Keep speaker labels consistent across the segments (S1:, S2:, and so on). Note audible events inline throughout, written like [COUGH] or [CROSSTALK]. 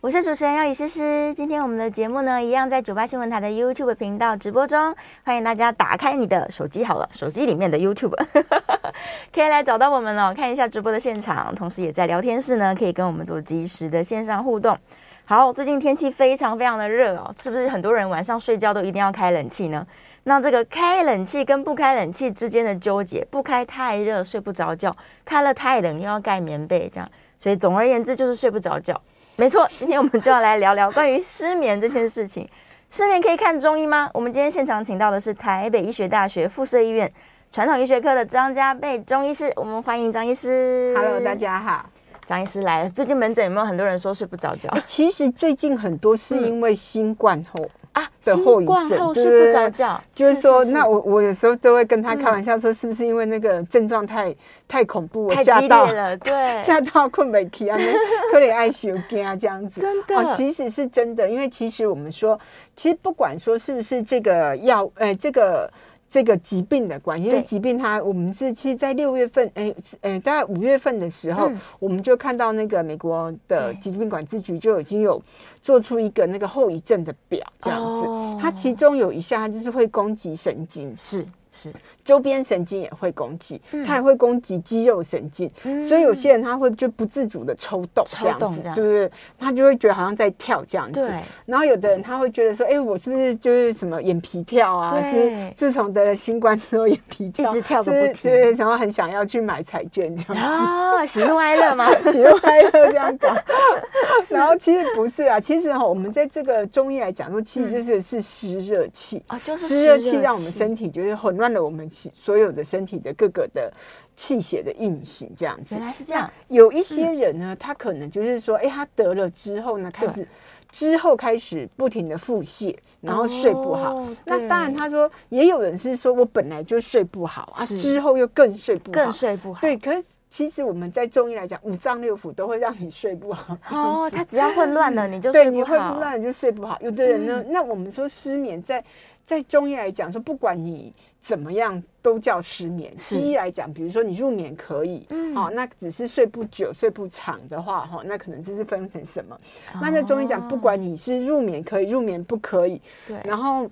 S1: 我是主持人要李诗诗。今天我们的节目呢，一样在九八新闻台的 YouTube 频道直播中，欢迎大家打开你的手机好了，手机里面的 YouTube [LAUGHS] 可以来找到我们哦，看一下直播的现场，同时也在聊天室呢，可以跟我们做及时的线上互动。好，最近天气非常非常的热哦，是不是很多人晚上睡觉都一定要开冷气呢？那这个开冷气跟不开冷气之间的纠结，不开太热睡不着觉，开了太冷又要盖棉被，这样，所以总而言之就是睡不着觉。没错，今天我们就要来聊聊关于失眠这件事情。失眠可以看中医吗？我们今天现场请到的是台北医学大学附设医院传统医学科的张家贝中医师，我们欢迎张医师。
S2: Hello，大。家好。
S1: 张医师来了，最近门诊有没有很多人说睡不着觉
S2: 哎，其实最近很多是因为新冠后，
S1: 啊？
S2: 的
S1: 新
S2: 后遗
S1: 冠
S2: 症
S1: 后
S2: 对
S1: 睡不
S2: 对
S1: 着
S2: 对
S1: 觉，
S2: 嗯就是说，那
S1: 我
S2: 我我有时候都会跟他开
S1: 嗯
S2: 玩笑说，是不是因为那个症状太太恐怖，我
S1: 太
S2: 吓
S1: 激
S2: 到
S1: 烈了，
S2: [LAUGHS]
S1: 对，
S2: 吓到困不起啊，
S1: [LAUGHS]
S2: 可能爱休假这样子。
S1: 真的
S2: 哦，其实是真的，因为其实我们说，其实不管说是不是这个药，呃，这个。这个疾病的关系，因为
S1: 对
S2: 疾病它，我们是其实，在六月份，哎，是哎，大概五月份的时候，
S1: 嗯
S2: 我们就看到那个美国的
S1: 对
S2: 疾病管制局就已经有做出一个那个后遗症的表，这样子。
S1: 哦
S2: 它其中有一项，它就是会攻击神经，
S1: 是是，
S2: 周边神经也会攻击，它也会攻击肌肉神经，
S1: 嗯
S2: 所以有些人他会就不自主的抽动
S1: 抽
S2: 这样
S1: 动
S2: 子
S1: 这样，
S2: 对不对？他就会觉得好像在跳这样子。
S1: 对，
S2: 然后有的人他会觉得说，哎、我是不是就是什么眼皮跳啊？
S1: 对
S2: 是自从得了新冠之后，眼皮跳
S1: 直跳个
S2: 就是
S1: 不停
S2: 对，然后很想要去买彩券这样 [LAUGHS] 子。
S1: 啊，喜怒哀乐吗？
S2: 奇怪乐这样
S1: [LAUGHS]
S2: 搞，然后其实不是啊，其实哈、我们在这个中医来讲说，其实就是是湿热气
S1: 啊，就是
S2: 湿热气让我们身体就是混乱了我们其所有的身体的各个的气血的运行这样子
S1: 原。来是这样，
S2: 有一些人呢，他可能就是说，哎、他得了之后呢，开始之后开始不停的腹泻，然后睡不好。
S1: 哦
S2: 那
S1: 对
S2: 当然，他说也有人是说我本来就睡不好啊，
S1: 是
S2: 之后又更睡不好，
S1: 更睡不好。
S2: 对。可是其实我们在中医来讲，五脏六腑都会让你睡不好。
S1: 哦，他只要混乱了，你就
S2: [LAUGHS] 对，
S1: 睡
S2: 你
S1: 不
S2: 会
S1: 好嗯
S2: 不。乱就睡不好。有的人呢，那我们说失眠在，在中医来讲说，不管你怎么样都叫失眠。
S1: 是
S2: 西医来讲，比如说你入眠可以，
S1: 嗯
S2: 哦，那只是睡不久、睡不长的话，哈、哦，那可能这是分成什么？那在中医讲，不管你是入眠可以，入眠不可以，
S1: 对，
S2: 然后。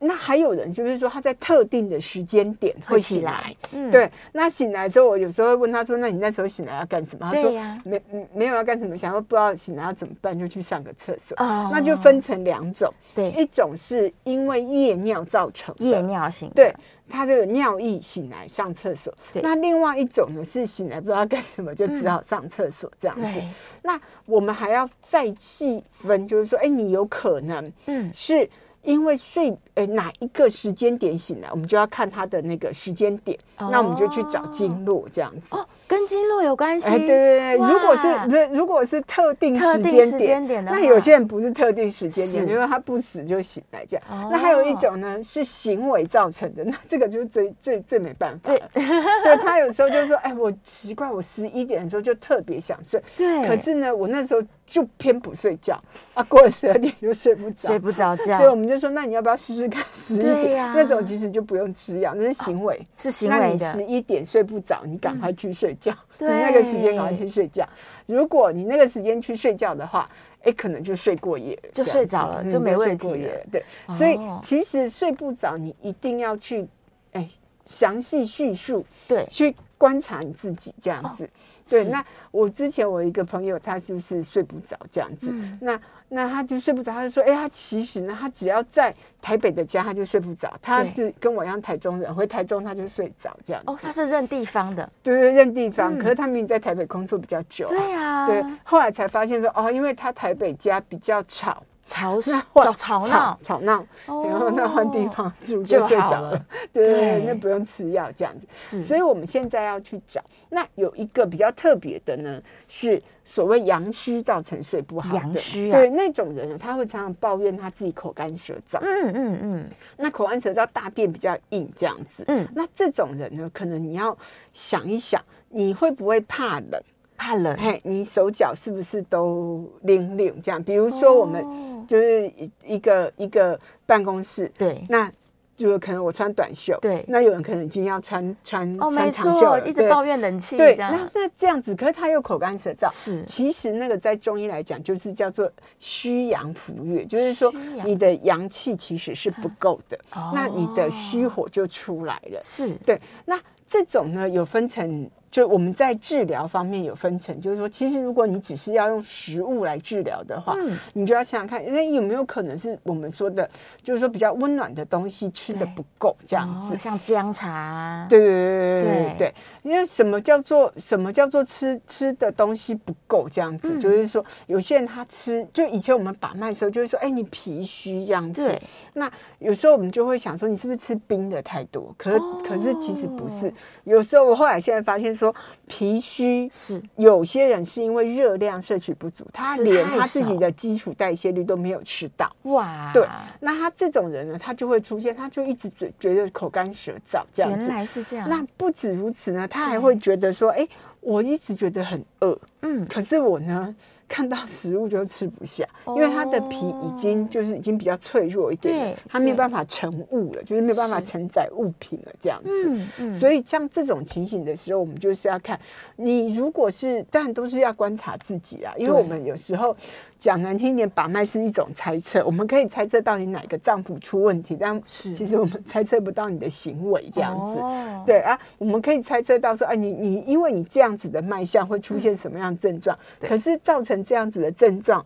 S2: 那还有人就是说他在特定的时间点
S1: 会
S2: 会
S1: 起
S2: 醒
S1: 来
S2: 来，
S1: 嗯，
S2: 对，那醒来之后，我有时候会问他说：“那你那时候醒来要干什么？”他
S1: 对
S2: 说：“
S1: 呀
S2: 没嗯没有要干什么，想要不知道醒来要怎么办，就去上个厕所。
S1: 哦
S2: 那就分成两种，
S1: 对
S2: 一种是因为夜尿造成的
S1: 夜，尿型的，
S2: 对，他就有尿意醒来上厕所。
S1: 对嗯
S2: 那另外一种呢是醒来不知道干什么，就只好上厕所这样子。
S1: 对，
S2: 那我们还要再细分，就是说，哎、你有可能
S1: 嗯，
S2: 是因为睡呃哪一个时间点醒来，我们就要看他的那个时间点，
S1: 哦
S2: 那我们就去找经络这样子。
S1: 哦，跟经络有关系。
S2: 哎，对对对，
S1: 哇
S2: 如果是不是如果是特定
S1: 特
S2: 时
S1: 定时间
S2: 间点，
S1: 点的
S2: 那
S1: 话
S2: 有些人不是特定时间点，
S1: 是
S2: 就是他不死就醒来这样。
S1: 哦
S2: 那还有一种呢是行为造成的，那这个就是最最最没办法了。 [LAUGHS] 对他有时候就说，哎，我奇怪，我十一点的时候就特别想睡，
S1: 对，
S2: 可是呢，我那时候就偏不睡觉啊，过了十二点就睡不着
S1: 睡。不着觉
S2: 对，我，们就说，那你要不要试试看十一
S1: 对
S2: 点？
S1: 呀
S2: [LAUGHS] 那种其实就不用吃药，那是行为。
S1: 是行
S2: 那
S1: 为
S2: 你
S1: 的嗯
S2: 十一点睡不着，你赶快去睡觉。
S1: 对
S2: 你那个时间赶快去睡觉。如果你那个时间去睡觉的话，哎，可能就睡过夜了，
S1: 就
S2: 这样子
S1: 睡着了
S2: 嗯
S1: 就没问题
S2: 睡过夜
S1: 了
S2: 了。对，所以
S1: 哦
S2: 其实睡不着，你一定要去哎详细叙述，
S1: 对，
S2: 去观察你自己这样子。对，
S1: 哦是
S2: 那我之前我一个朋友，他就是睡不着这样子，
S1: 嗯
S2: 那那他就睡不着，他就说，哎、他其实呢，他只要在台北的家，他就睡不着，他
S1: 对
S2: 就跟我一样台中人，回台中他就睡着这样子，
S1: 哦，他是认地方的，
S2: 对对，认地方。
S1: 嗯
S2: 可是他明明在台北工作比较久、啊，
S1: 对呀，
S2: 对，后来才发现说，哦，因为他台北家比较吵，
S1: 吵
S2: 那
S1: 吵吵
S2: 吵
S1: 吵闹，哦
S2: 吵闹，然后那换地方住
S1: 就
S2: 就睡
S1: 好
S2: 着
S1: 了
S2: 了，对对对，
S1: 对
S2: 那不用吃药这样子。
S1: 是，
S2: 所以我们现在要去找。那有一个比较特别的呢，是所谓阳虚造成睡不好的，
S1: 阳虚啊
S2: 对那种人呢，他会常常抱怨他自己口干舌燥，
S1: 嗯嗯嗯
S2: 那口干舌燥大便比较硬这样子。
S1: 嗯，
S2: 那这种人呢，可能你要想一想，你会不会怕冷？
S1: 怕冷，
S2: 嘿，你手脚是不是都灵灵这样？比如说我们
S1: 哦
S2: 就是一一个一个办公室，
S1: 对
S2: 那就有可能我穿短袖，
S1: 对
S2: 那有人可能已经要穿穿
S1: 哦，没
S2: 嗯穿长袖
S1: 错，
S2: 了，
S1: 一直
S2: 对
S1: 抱怨冷气
S2: 对，
S1: 这
S2: 那
S1: 样，
S2: 那这样子，可是他又口干舌燥。
S1: 是
S2: 其实那个在中医来讲，就是叫做虚阳浮月，就是说
S1: 虚阳
S2: 你的阳气其实是不够的，
S1: [LAUGHS] 哦
S2: 那你的虚火就出来了。
S1: 是
S2: 对，那这种呢有分成，就我们在治疗方面有分成，就是说，其实如果你只是要用食物来治疗的话，
S1: 嗯
S2: 你就要想想看，那有没有可能是我们说的，就是说比较温暖的东西吃的
S1: 对哦
S2: 不够这
S1: 这
S2: 样子。
S1: 像姜茶，
S2: 对对对对对
S1: 对
S2: 对，因为什么叫做什么叫做吃吃的东西不够这样子，
S1: 嗯
S2: 就是说有些人他吃，就以前我们把脉的时候就会说，哎，你脾虚这样子
S1: 对。
S2: 那有时候我们就会想说，你是不是吃冰的太多？可是、
S1: 哦
S2: 可是其实不是，有时候我后来现在发现说，脾虚
S1: 是
S2: 有些人是因为热量摄取不足，他
S1: 吃
S2: 连
S1: 太
S2: 他自己
S1: 少
S2: 的基础代谢率都没有吃到。
S1: 哇，
S2: 对那他这种人呢，他就会出现，他就一直觉觉得口干舌燥这样
S1: 原
S2: 子。
S1: 来是这样，
S2: 那不止如此呢，他还会觉得说，哎、我一直觉得很饿，
S1: 嗯
S2: 可是我呢看到食物就吃不下，因为他的皮已经
S1: 哦
S2: 就是已经比较脆弱一点了
S1: 对，
S2: 他没有
S1: 对
S2: 办法盛物了，就是没有办法
S1: 是
S2: 承载物品了这样子。
S1: 嗯嗯，
S2: 所
S1: 以
S2: 以像这种情形的时候，我们就是要看你如果是，当然都是要观察自己啊，因为
S1: 对
S2: 我们有时候讲难听一点，把脉是一种猜测，我们可以猜测到你哪个脏腑出问题，但
S1: 是
S2: 其实我们 [LAUGHS] 猜测不到你的行为这样子。
S1: 哦
S2: 对啊，我们可以猜测到说，哎、你你因为你这样子的脉象会出现什么样的症状？
S1: 对
S2: 可是造成这样子的症状，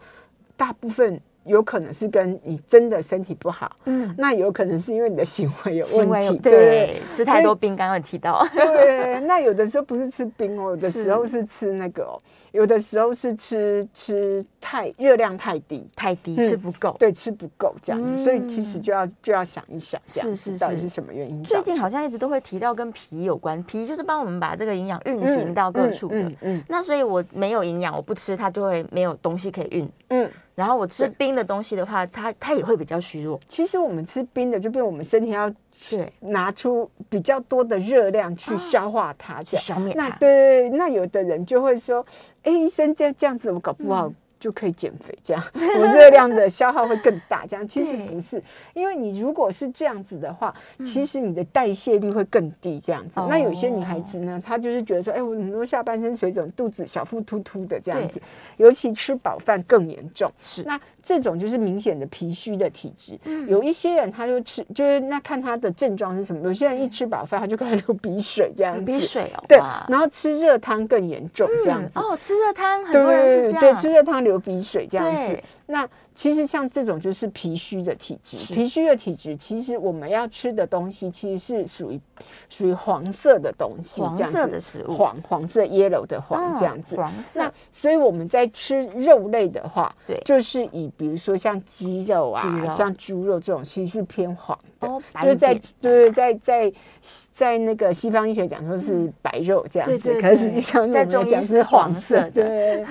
S2: 大部分有可能是跟你真的身体不好，
S1: 嗯，
S2: 那有可能是因为你的行为有
S1: 行
S2: 问
S1: 为
S2: 题，
S1: 有
S2: 对
S1: 对，吃太
S2: 所以
S1: 多冰，刚刚有提到，
S2: 对，那有的时候不是吃冰哦，有的
S1: 是
S2: 时候是吃那个哦，有的时候是吃吃太热量太低，
S1: 太低
S2: 嗯
S1: 吃不够。
S2: 对，吃不够这样子，所以其实
S1: 嗯
S2: 就要就要想一想，这样
S1: 是
S2: 子
S1: 是
S2: 到底
S1: 是
S2: 是什么原因
S1: 最
S2: 造成？
S1: 近好像一直都会提到跟脾有关，脾就是帮我们把这个营养运行
S2: 嗯
S1: 到各
S2: 嗯
S1: 处的。
S2: 嗯嗯
S1: 那所以我没有营养，我不吃它就会没有东西可以运。
S2: 嗯。
S1: 然后我吃
S2: 对
S1: 冰的东西的话，它它也会比较虚弱。
S2: 其实我们吃冰的，就变我们身体要
S1: 对，
S2: 拿出比较多的热量去消化它，
S1: 啊去
S2: 这样。
S1: 消灭
S2: 那
S1: 它。
S2: 对，那有的人就会说，哎，医生这样这样子，我搞不
S1: 嗯
S2: 好就可以减肥，
S1: [LAUGHS]
S2: 这样我热量的消耗会更大。这样其实
S1: 对嗯
S2: 不是，因为你如果是这样子的话，其实你的代谢率会更低。这样子，那有些女孩子呢，她就是觉得说，哎，我很多下半身水肿，肚子小腹突突的这样子
S1: 对，
S2: 尤其吃饱饭更严重。
S1: 是嗯
S2: 那这种就是明显的脾虚的体质。有一些人他就吃，就是那看他的症状是什么。有些人一吃饱饭，他就开始流鼻水这样子，
S1: 嗯流鼻水哦，
S2: 对，
S1: 哇
S2: 然后吃热汤更严重这样子。
S1: 哦，吃热汤很
S2: 对
S1: 多人是这样，
S2: 对，吃热汤流鼻水这样子
S1: 对。
S2: 那其实像这种就是脾虚的体质，
S1: 是
S2: 脾虚的体质，其实我们要吃的东西其实是属于属于黄色的东西，
S1: 黄
S2: 这样
S1: 色
S2: 子
S1: 的食物
S2: 黄黄色 yellow 的黄
S1: 嗯
S2: 这样子。
S1: 黄
S2: 那
S1: 色
S2: 所以我们在吃肉类的话，
S1: 对
S2: 就是以比如说像鸡肉
S1: 鸡
S2: 啊、
S1: 肉
S2: 像猪肉这种，其实是偏黄的，
S1: 哦白
S2: 就是
S1: 一
S2: 在
S1: 点
S2: 对在在在那个西方医学讲说是白肉这样子，
S1: 嗯对对
S2: 可是实
S1: 对
S2: 际上
S1: 在
S2: 我们
S1: 中医
S2: 讲
S1: 是
S2: 是黄
S1: 黄
S2: 色
S1: 色的
S2: 对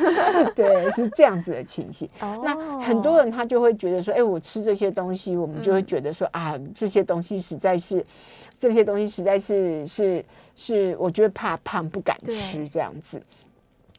S2: 对，是这样子的情形。
S1: 哦
S2: 那很多人他就会觉得说，哎、我吃这些东西，我们就会觉得
S1: 嗯
S2: 说、啊，这些东西实在是，这些东西实在是是是，我觉得怕胖不敢
S1: 对嗯
S2: 吃这样子。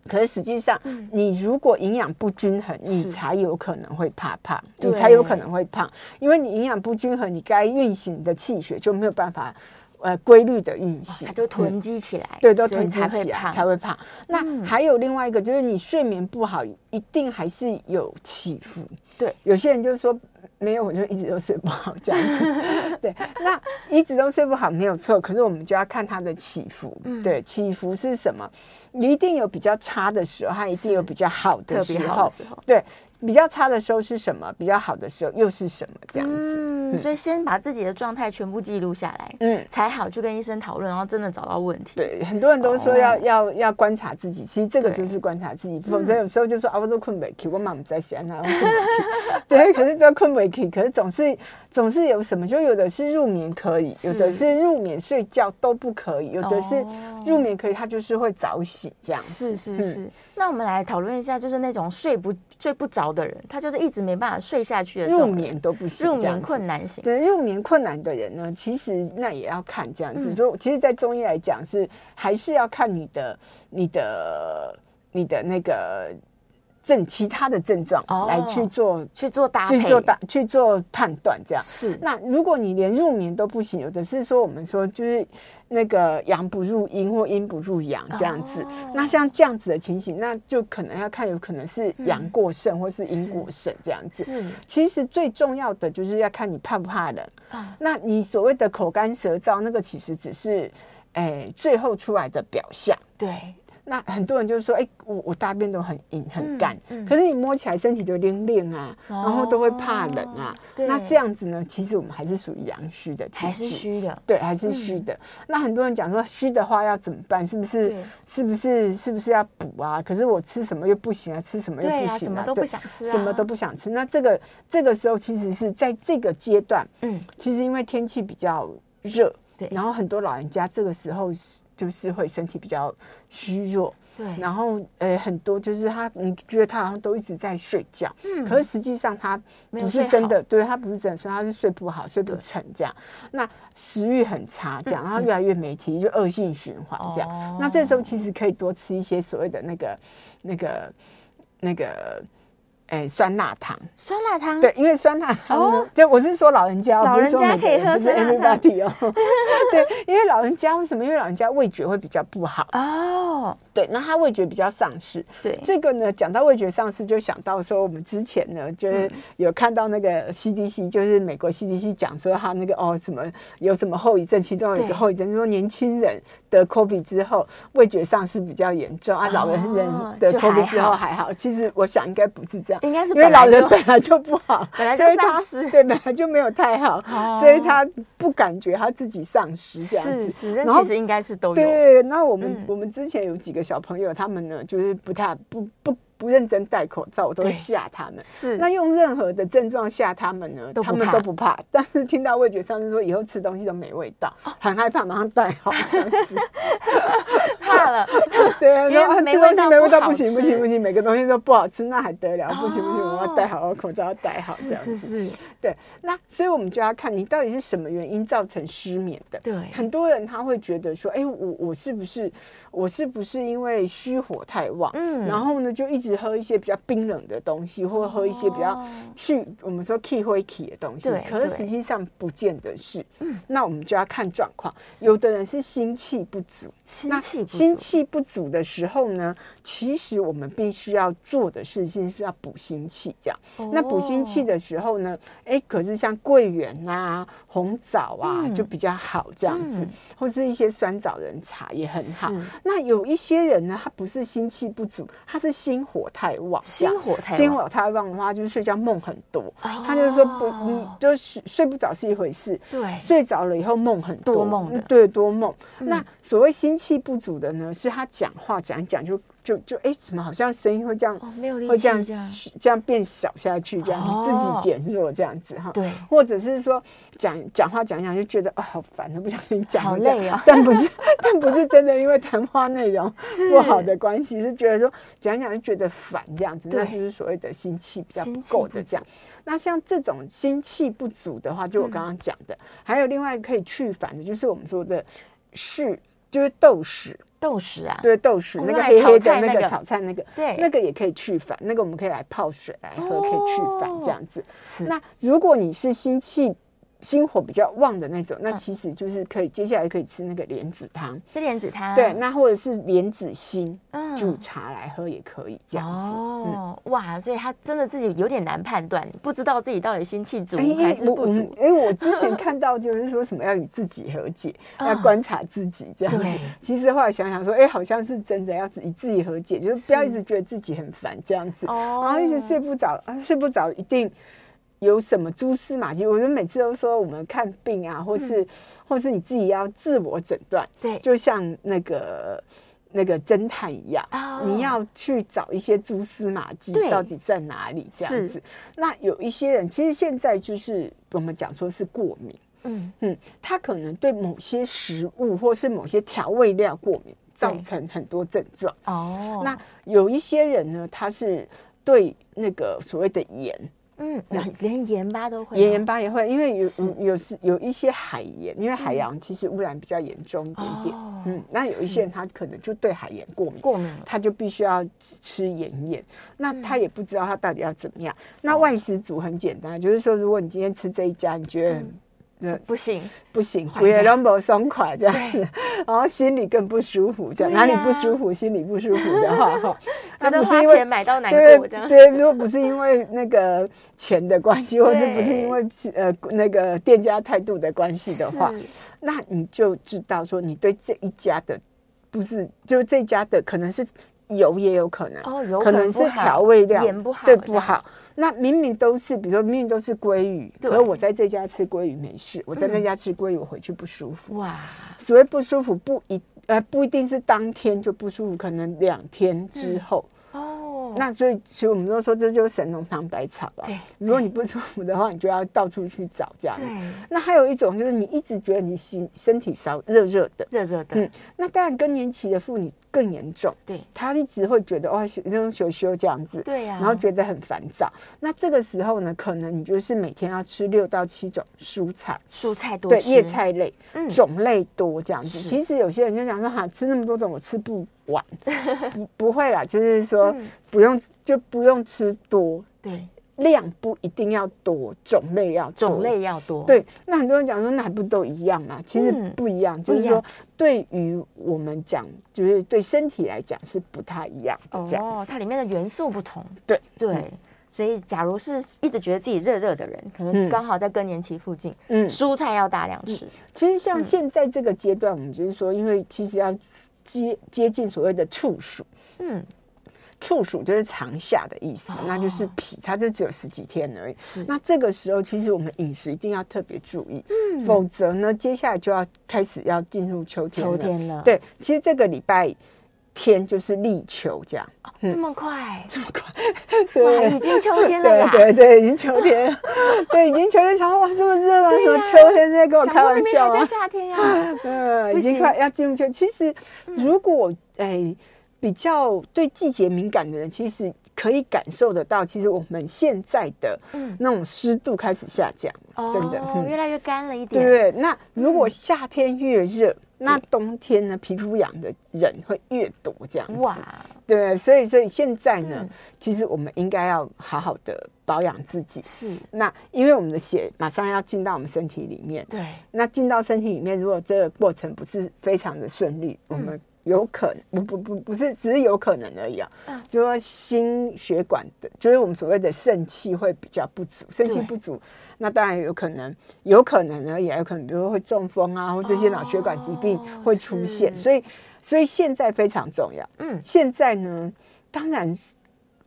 S2: 可是实际上，你如果营养不均衡，你
S1: 是
S2: 才有可能会怕胖，
S1: 对
S2: 你才有可能会胖，因为你营养不均衡，你该运行的气血就没有办法呃规律的运
S1: 哦
S2: 行，
S1: 它就
S2: 嗯
S1: 囤积起来，
S2: 对，都
S1: 所以
S2: 囤积
S1: 才会
S2: 起来
S1: 胖，嗯
S2: 啊才会胖。那还有另外一个就是你睡眠不好，一定还是有起伏。
S1: 对，
S2: 有些人就说没有，我就一直都睡不好这样
S1: [LAUGHS]
S2: 子。对，那一直都睡不好没有错，可是我们就要看它的起伏。
S1: 嗯
S2: 对，起伏是什么？一定有比较差的时候，它一定有比较好的
S1: 特
S2: 时
S1: 别好
S2: 候
S1: 的。时候。
S2: 对，比较差的时候是什么？比较好的时候又是什么？这样子。
S1: 嗯，所以先把自己的状态全部记录下来，
S2: 嗯，
S1: 才好去跟医生讨论，然后真的找到问题。
S2: 对，很多人都说要、
S1: 哦
S2: 要要观察自己，其实这个
S1: 对嗯
S2: 就是观察自己，否则有时候就说啊，我都困不起，我妈妈在喜欢他，我困不起 [LAUGHS] 对，可是都困不起，可是总是总是有什么，就有的是入眠可以，有的是入眠睡觉都不可以，有的是
S1: 哦
S2: 入眠可以，他就是会早醒这样。
S1: 是是
S2: 嗯
S1: 是。那我们来讨论一下，就是那种睡不睡不着的人，他就是一直没办法睡下去的这
S2: 入
S1: 种人
S2: 眠都不行，
S1: 入
S2: 这样
S1: 眠
S2: 子
S1: 困难型。
S2: 对入眠困难的人呢，其实那也要看这样子。
S1: 嗯
S2: 就其实，在中医来讲是还是要看你的、你的、你的那个症，其他的症状、
S1: 哦
S2: 来去做、
S1: 去做搭配，
S2: 去做大、去做判断这样。
S1: 是
S2: 那如果你连入眠都不行，有的是说我们说就是那个阳不入阴或阴不入阳这样子。
S1: 哦
S2: 那像这样子的情形，那就可能要看有可能是阳过盛或是阴
S1: 嗯是
S2: 过盛这样子。
S1: 是
S2: 其实最重要的就是要看你怕不怕冷。
S1: 啊，
S2: 那你所谓的口干舌燥，那个其实只是，哎、最后出来的表象。
S1: 对，
S2: 那很多人就说，哎、我我大便都很硬很干，
S1: 嗯嗯
S2: 可是你摸起来身体就冰冷啊，
S1: 哦
S2: 然后都会怕冷啊。
S1: 对
S2: 那这样子呢，其实我们还是属于阳虚的体质，
S1: 还是虚的，
S2: 对，还是虚的。那很多人讲说虚的话要怎么办？是不是
S1: 嗯对？
S2: 是不是？是不是要补啊？可是我吃什么又不行啊，吃什么又不
S1: 对
S2: 行
S1: 啊，
S2: 啊，
S1: 什么都
S2: 对
S1: 不想吃啊，
S2: 什么都不想吃。那这个这个时候，其实是在这个阶段，
S1: 嗯，
S2: 其实因为天气比较热，
S1: 对
S2: 然后很多老人家这个时候是就是会身体比较虚弱，
S1: 对，
S2: 然后呃很多就是他，你觉得他好像都一直在睡觉，
S1: 嗯
S2: 可是实际上他
S1: 没有
S2: 不
S1: 睡
S2: 是
S1: 好
S2: 真的，对他不是真的睡，他是睡不好，睡不
S1: 对
S2: 成这样，
S1: 哦
S2: 那食欲很差这
S1: 嗯
S2: 样，然后越来越没体力，就恶性循环这样。
S1: 哦
S2: 那这时候其实可以多吃一些所谓的那个那个那个。哎，酸辣汤，
S1: 酸辣汤，
S2: 对，因为酸辣汤呢，
S1: 嗯哦
S2: 就我是说老人家哦，
S1: 老
S2: 不是说
S1: 人家
S2: 每个
S1: 可以
S2: 人
S1: 喝
S2: 不是
S1: 酸辣汤
S2: everybody 哦。 [LAUGHS] 对，因为老人家为什么？因为老人家味觉会比较不好，
S1: 哦，
S2: 对，那他味觉比较丧失。
S1: 对，
S2: 这个呢，讲到味觉丧失，就想到说我们之前呢，
S1: 嗯
S2: 就是有看到那个 CDC，就是美国 CDC 讲说他那个哦什么有什么后遗症，其中有一
S1: 对
S2: 个后遗症就是说年轻人得 COVID 之后味觉丧失比较严重啊，老人
S1: 哦
S2: 人得
S1: 就还
S2: COVID 之后
S1: 好
S2: 还好。其实我想应该不是这样，
S1: 应该是
S2: 因为
S1: 本来
S2: 老人
S1: 就
S2: 本来就不好，
S1: 本来就
S2: 所以
S1: 丧
S2: 他
S1: 失
S2: 对，本来就没有太好，
S1: 哦
S2: 所以他不感觉他自己丧失这样子
S1: 是。是，但
S2: 然后
S1: 其实应该是都有，
S2: 对，那我们、
S1: 嗯
S2: 我们之前有几个小朋友，他们呢就是不太不不不认真戴口罩，我都
S1: 对
S2: 会吓他们。
S1: 是
S2: 那用任何的症状吓他们呢
S1: 都，不
S2: 他们
S1: 怕
S2: 都不怕， [LAUGHS] 但是听到味觉丧失说以后吃东西都没味道，
S1: 哦
S2: 很害怕，马上戴
S1: [LAUGHS]
S2: 好这样子。
S1: 怕了，
S2: 对啊，
S1: 因为
S2: 然后
S1: 没
S2: 吃
S1: 味
S2: 东
S1: 道
S2: 西没
S1: 不
S2: 味道
S1: 好
S2: 不行不
S1: 吃
S2: 行不行，每个东西都不好吃，那还得了？不行不行，我
S1: 哦
S2: 要戴好，我口罩要戴好
S1: 是
S2: 这样子。
S1: 是是，
S2: 对，那所以我们就要看你到底是什么原因造成失眠的。
S1: 对
S2: 很多人他会觉得说，哎、我我是不是我是不是因为虚火太旺，
S1: 嗯
S2: 然后呢就一直喝一些比较冰冷的东西，或喝一些比较
S1: 哦
S2: 去我们说 key 灰 key 的东西
S1: 对，
S2: 可是
S1: 对
S2: 实际上不见得是。
S1: 嗯，
S2: 那我们就要看状况，有的人是心气不足，
S1: 心
S2: 那
S1: 气不
S2: 心
S1: 足，
S2: 气不足的时候呢，其实我们必须要做的事情是要补心气，这样。那补心气
S1: 哦
S2: 的时候呢，哎、可是像桂圆啊、红枣啊、
S1: 嗯
S2: 就比较好这样子，
S1: 嗯
S2: 或是一些酸枣仁茶也很好
S1: 是。
S2: 那有一些人呢，他不是心气不足，他是心火太旺这样，
S1: 心火太
S2: 心
S1: 旺，
S2: 火太旺的话，就是睡觉梦很多。
S1: 哦
S2: 他就是说不，嗯，就是睡不着是一回事，
S1: 对，
S2: 睡着了以后梦很多，
S1: 哎多梦的
S2: 嗯对，多梦。
S1: 嗯
S2: 那所谓心气不足的呢，是他讲话讲一讲就就就哎、怎么好像声音会这样、
S1: 哦，没有力
S2: 会
S1: 气
S2: 这
S1: 这
S2: 样
S1: 样，
S2: 这样变小下去，这样、
S1: 哦
S2: 自己减弱这样子哈。
S1: 对，
S2: 或者是说讲讲话讲一讲就觉得啊、好烦，都不想跟你讲，
S1: 好
S2: 这样
S1: 累哦
S2: [LAUGHS] 但不是但不是真的因为谈话内容
S1: 是
S2: [LAUGHS] 不好的关系，是觉得说讲一讲就觉得烦这样子，
S1: 对
S2: 那就是所谓的心气比较
S1: 心
S2: 不
S1: 气
S2: 够
S1: 不
S2: 的这样。那像这种心气不足的话，就我
S1: 嗯
S2: 刚刚讲的，还有另外可以去烦的，就是我们说的是就是豆豉，
S1: 豆豉啊，
S2: 对豆豉、
S1: 哦
S2: 那
S1: 用
S2: 个
S1: 来
S2: 黑
S1: 炒
S2: 黑
S1: 菜
S2: 的
S1: 那
S2: 那个
S1: 个
S2: 炒菜那个，
S1: 对
S2: 那个也可以去烦，那个我们可以来泡水来喝，可以去烦这样子。
S1: 是
S2: 那如果你是心气心火比较旺的那种，
S1: 嗯
S2: 那其实就是可以、接下来可以吃那个莲子汤，
S1: 是莲子汤，
S2: 对，那或者是莲子心、
S1: 嗯
S2: 煮茶来喝也可以这样子。嗯
S1: 哦，哇，所以他真的自己有点难判断，不知道自己到底心气足
S2: 哎，
S1: 还是
S2: 我
S1: 不足。
S2: 哎，我之前看到就是说什么要与自己和 [LAUGHS] 解，
S1: 嗯
S2: 要观察自己这样子
S1: 对。
S2: 其实后来想想说，哎，好像是真的要与自己和解，就是不要一直觉得自己很烦这样子，
S1: 哦
S2: 然后一直睡不着，啊，睡不着一定。有什么蛛丝马迹？我们每次都说，我们看嗯病啊，或是、或是你自己要自我诊断，
S1: 对，
S2: 就像那个那个侦探一样，
S1: 哦
S2: 你要去找一些蛛丝马迹
S1: 对，
S2: 到底在哪里这样
S1: 是
S2: 子。那有一些人，其实现在就是我们讲说是过敏，
S1: 嗯
S2: 嗯，他可能对某些食物或是某些调味料过敏，造成很多症状。
S1: 哦，
S2: 那有一些人呢，他是对那个所谓的盐，
S1: 嗯连连盐巴都会吗，
S2: 盐盐巴也会，因为有
S1: 是嗯
S2: 有有时有一些海盐，因为海洋其实污染比较严重一点点。
S1: 哦
S2: 嗯，那有一些人他可能就对海盐过敏，
S1: 过敏了，
S2: 他就必须要吃盐盐。那
S1: 嗯
S2: 他也不知道他到底要怎么样。
S1: 哦
S2: 那外食族很简单，就是说，如果你今天吃这一家，你觉得很。呃
S1: 不行，
S2: 不
S1: 嗯
S2: 行，
S1: 缓
S2: 也
S1: 解
S2: 都不松垮这样子， [LAUGHS] 然后心里更不舒服，这样
S1: 对
S2: 哪里
S1: 呀
S2: 不舒服，心里不舒服的
S1: [LAUGHS]
S2: 话，哈，
S1: 觉
S2: 那
S1: 得
S2: 不是
S1: 花
S2: 因为
S1: 钱买到难
S2: 对
S1: 过这样，
S2: 对，如果不是因为那个钱的关系，或是不是
S1: 对
S2: 因为呃那个店家态度的关系的话，
S1: 是
S2: 那你就知道说你对这一家的不是，就是这家的可能是油也有可能，
S1: 哦，有
S2: 可能
S1: 不
S2: 是
S1: 好
S2: 调味料
S1: 盐不好，
S2: 对
S1: 这
S2: 不
S1: 样？
S2: 好。那明明都是，比如说明明都是鲑鱼，
S1: 对嗯
S2: 可是我在这家吃鲑鱼没事，我在那家吃鲑鱼我回去不舒服。
S1: 哇，
S2: 所谓不舒服不一呃不一定是当天就不舒服，可能两天之后。
S1: 哦，
S2: 那所以，其实我们都说这就是神农尝百草啊
S1: 对。
S2: 如果你不舒服的话，你就要到处去找这样子。
S1: 对，
S2: 那还有一种就是你一直觉得你心身体烧热热的，
S1: 热热的，
S2: 嗯，那当然更年期的妇女更严重，
S1: 对
S2: 她一直会觉得哦哇，那种羞羞这样子，
S1: 对呀，
S2: 然后觉得很烦躁。那这个时候呢，可能你就是每天要吃六到七种蔬菜，
S1: 蔬菜多
S2: 对，
S1: 吃，
S2: 叶，菜类
S1: 嗯，
S2: 种类多这样子。
S1: 是
S2: 其实有些人就想说，哈，吃那么多种我吃不
S1: [LAUGHS]
S2: 完，不不会啦，就是说
S1: 嗯
S2: 不用就不用吃多，
S1: 对，
S2: 量不一定要多，种类要多
S1: 种类要多，，
S2: 对，那很多人讲说，那还不都一样嘛？其实
S1: 嗯
S2: 不一样，
S1: 不
S2: 就
S1: 一
S2: 是
S1: 样
S2: 说，对于我们讲，就是对身体来讲是不太一样的这样。
S1: 哦，它里面的元素不同，
S2: 对嗯
S1: 对。所以，假如是一直觉得自己热热的人，可能
S2: 嗯
S1: 刚好在更年期附近，
S2: 嗯，
S1: 蔬菜要大量吃，
S2: 其实
S1: 嗯
S2: 像现在这个阶段，我们就是说，因为其实要接接近所谓的处暑，
S1: 嗯，
S2: 处暑就是长夏的意思，
S1: 哦
S2: 那就是脾，它就只有十几天而已。
S1: 是
S2: 那这个时候，其实我们饮食一定要特别注意，
S1: 嗯
S2: 否则呢，接下来就要开始要进入秋
S1: 嗯
S2: 天
S1: 秋
S2: 了。
S1: 天了，，
S2: 对，其实这个礼拜天就是立秋这样。
S1: 这么快，
S2: 这么快，
S1: 哦哇，
S2: 对
S1: 已经秋天了
S2: 对
S1: 呀，
S2: 对对，已经秋
S1: [LAUGHS]
S2: 天了，对，已经秋天，想说哇这么热了，啊
S1: 对
S2: 什么
S1: 呀
S2: 秋天在跟我
S1: 想
S2: 开
S1: 说
S2: 玩
S1: 明明
S2: 笑
S1: 还在
S2: 吗？
S1: 夏
S2: [LAUGHS]
S1: 天呀，
S2: 嗯，
S1: 不
S2: 已经
S1: 行嗯
S2: 快要进入秋。其实如果哎比较对季节敏感的人，其实可以感受得到，其实我们现在的
S1: 嗯，
S2: 那种湿度开始下降，真的，
S1: 哦，越
S2: 嗯
S1: 来越干了一点，
S2: 对不对？那如
S1: 嗯
S2: 果夏天越热，那冬天呢，皮肤痒的人会越多这样子。
S1: 哇，
S2: 对，所以所以现在呢，
S1: 嗯
S2: 其实我们应该要好好的保养自己。
S1: 是，
S2: 那因为我们的血马上要进到我们身体里面，
S1: 对，
S2: 那进到身体里面，如果这个过程不是非常的顺利，
S1: 嗯
S2: 我们有可能不不不不是只是有可能而已啊，
S1: 嗯
S2: 就说心血管的，就是我们所谓的肾气会比较不足，肾气
S1: 对
S2: 不足，那当然有可能，有可能呢，也有可能，比如说会中风啊，或这些脑血管疾病
S1: 哦
S2: 会出现，
S1: 是
S2: 所以所以现在非常重要。
S1: 嗯，
S2: 现在呢，当然，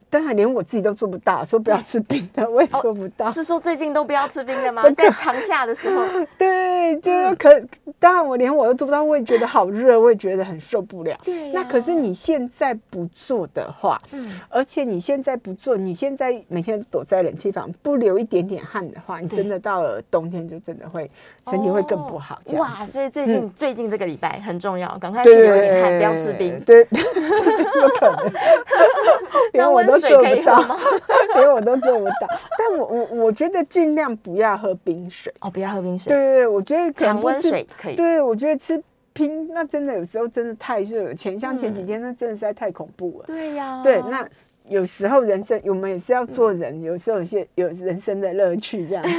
S2: 当然连我自己都做不到，说不要吃冰的，我也
S1: 哦
S2: 做不到。
S1: 是说最近都不要吃冰的吗
S2: 不？可
S1: 在长夏的时
S2: [LAUGHS]
S1: 候，
S2: 对，就是
S1: 嗯
S2: 可，当然我连我都做不到，我也觉得好热，我也觉得很受不了。
S1: 对呀
S2: 那可是你现在不做的话，
S1: 嗯，
S2: 而且你现在不做，你现在每天躲在冷气房不流一点点汗的话，你
S1: 对
S2: 真的到了冬天就真的会身体会更不好。
S1: 哦
S2: 这样
S1: 哇，
S2: 子嗯
S1: 所以最近最近这个礼拜很重要，赶快去
S2: 对
S1: 流一点汗，不要吃冰。
S2: 对， [LAUGHS] 有可
S1: [LAUGHS]
S2: 能，
S1: 那
S2: 连我
S1: 温
S2: 都
S1: 水
S2: 做
S1: 可以
S2: 不
S1: 喝
S2: 到 [LAUGHS]
S1: 吗，
S2: 连我都做不到。但我我我觉得尽量不要喝冰水。
S1: 哦，不要喝冰
S2: 对
S1: 水，
S2: 对对，我觉得可能
S1: 常
S2: 不
S1: 温
S2: 是
S1: 水可以。
S2: 对，我觉得吃冰那真的有时候真的太热了，前像前几
S1: 嗯哦
S2: 天那真的实在太恐怖了。
S1: 对呀，
S2: 对，那有时候人生我们也是要做人，有时候有些有人生的乐趣这样子，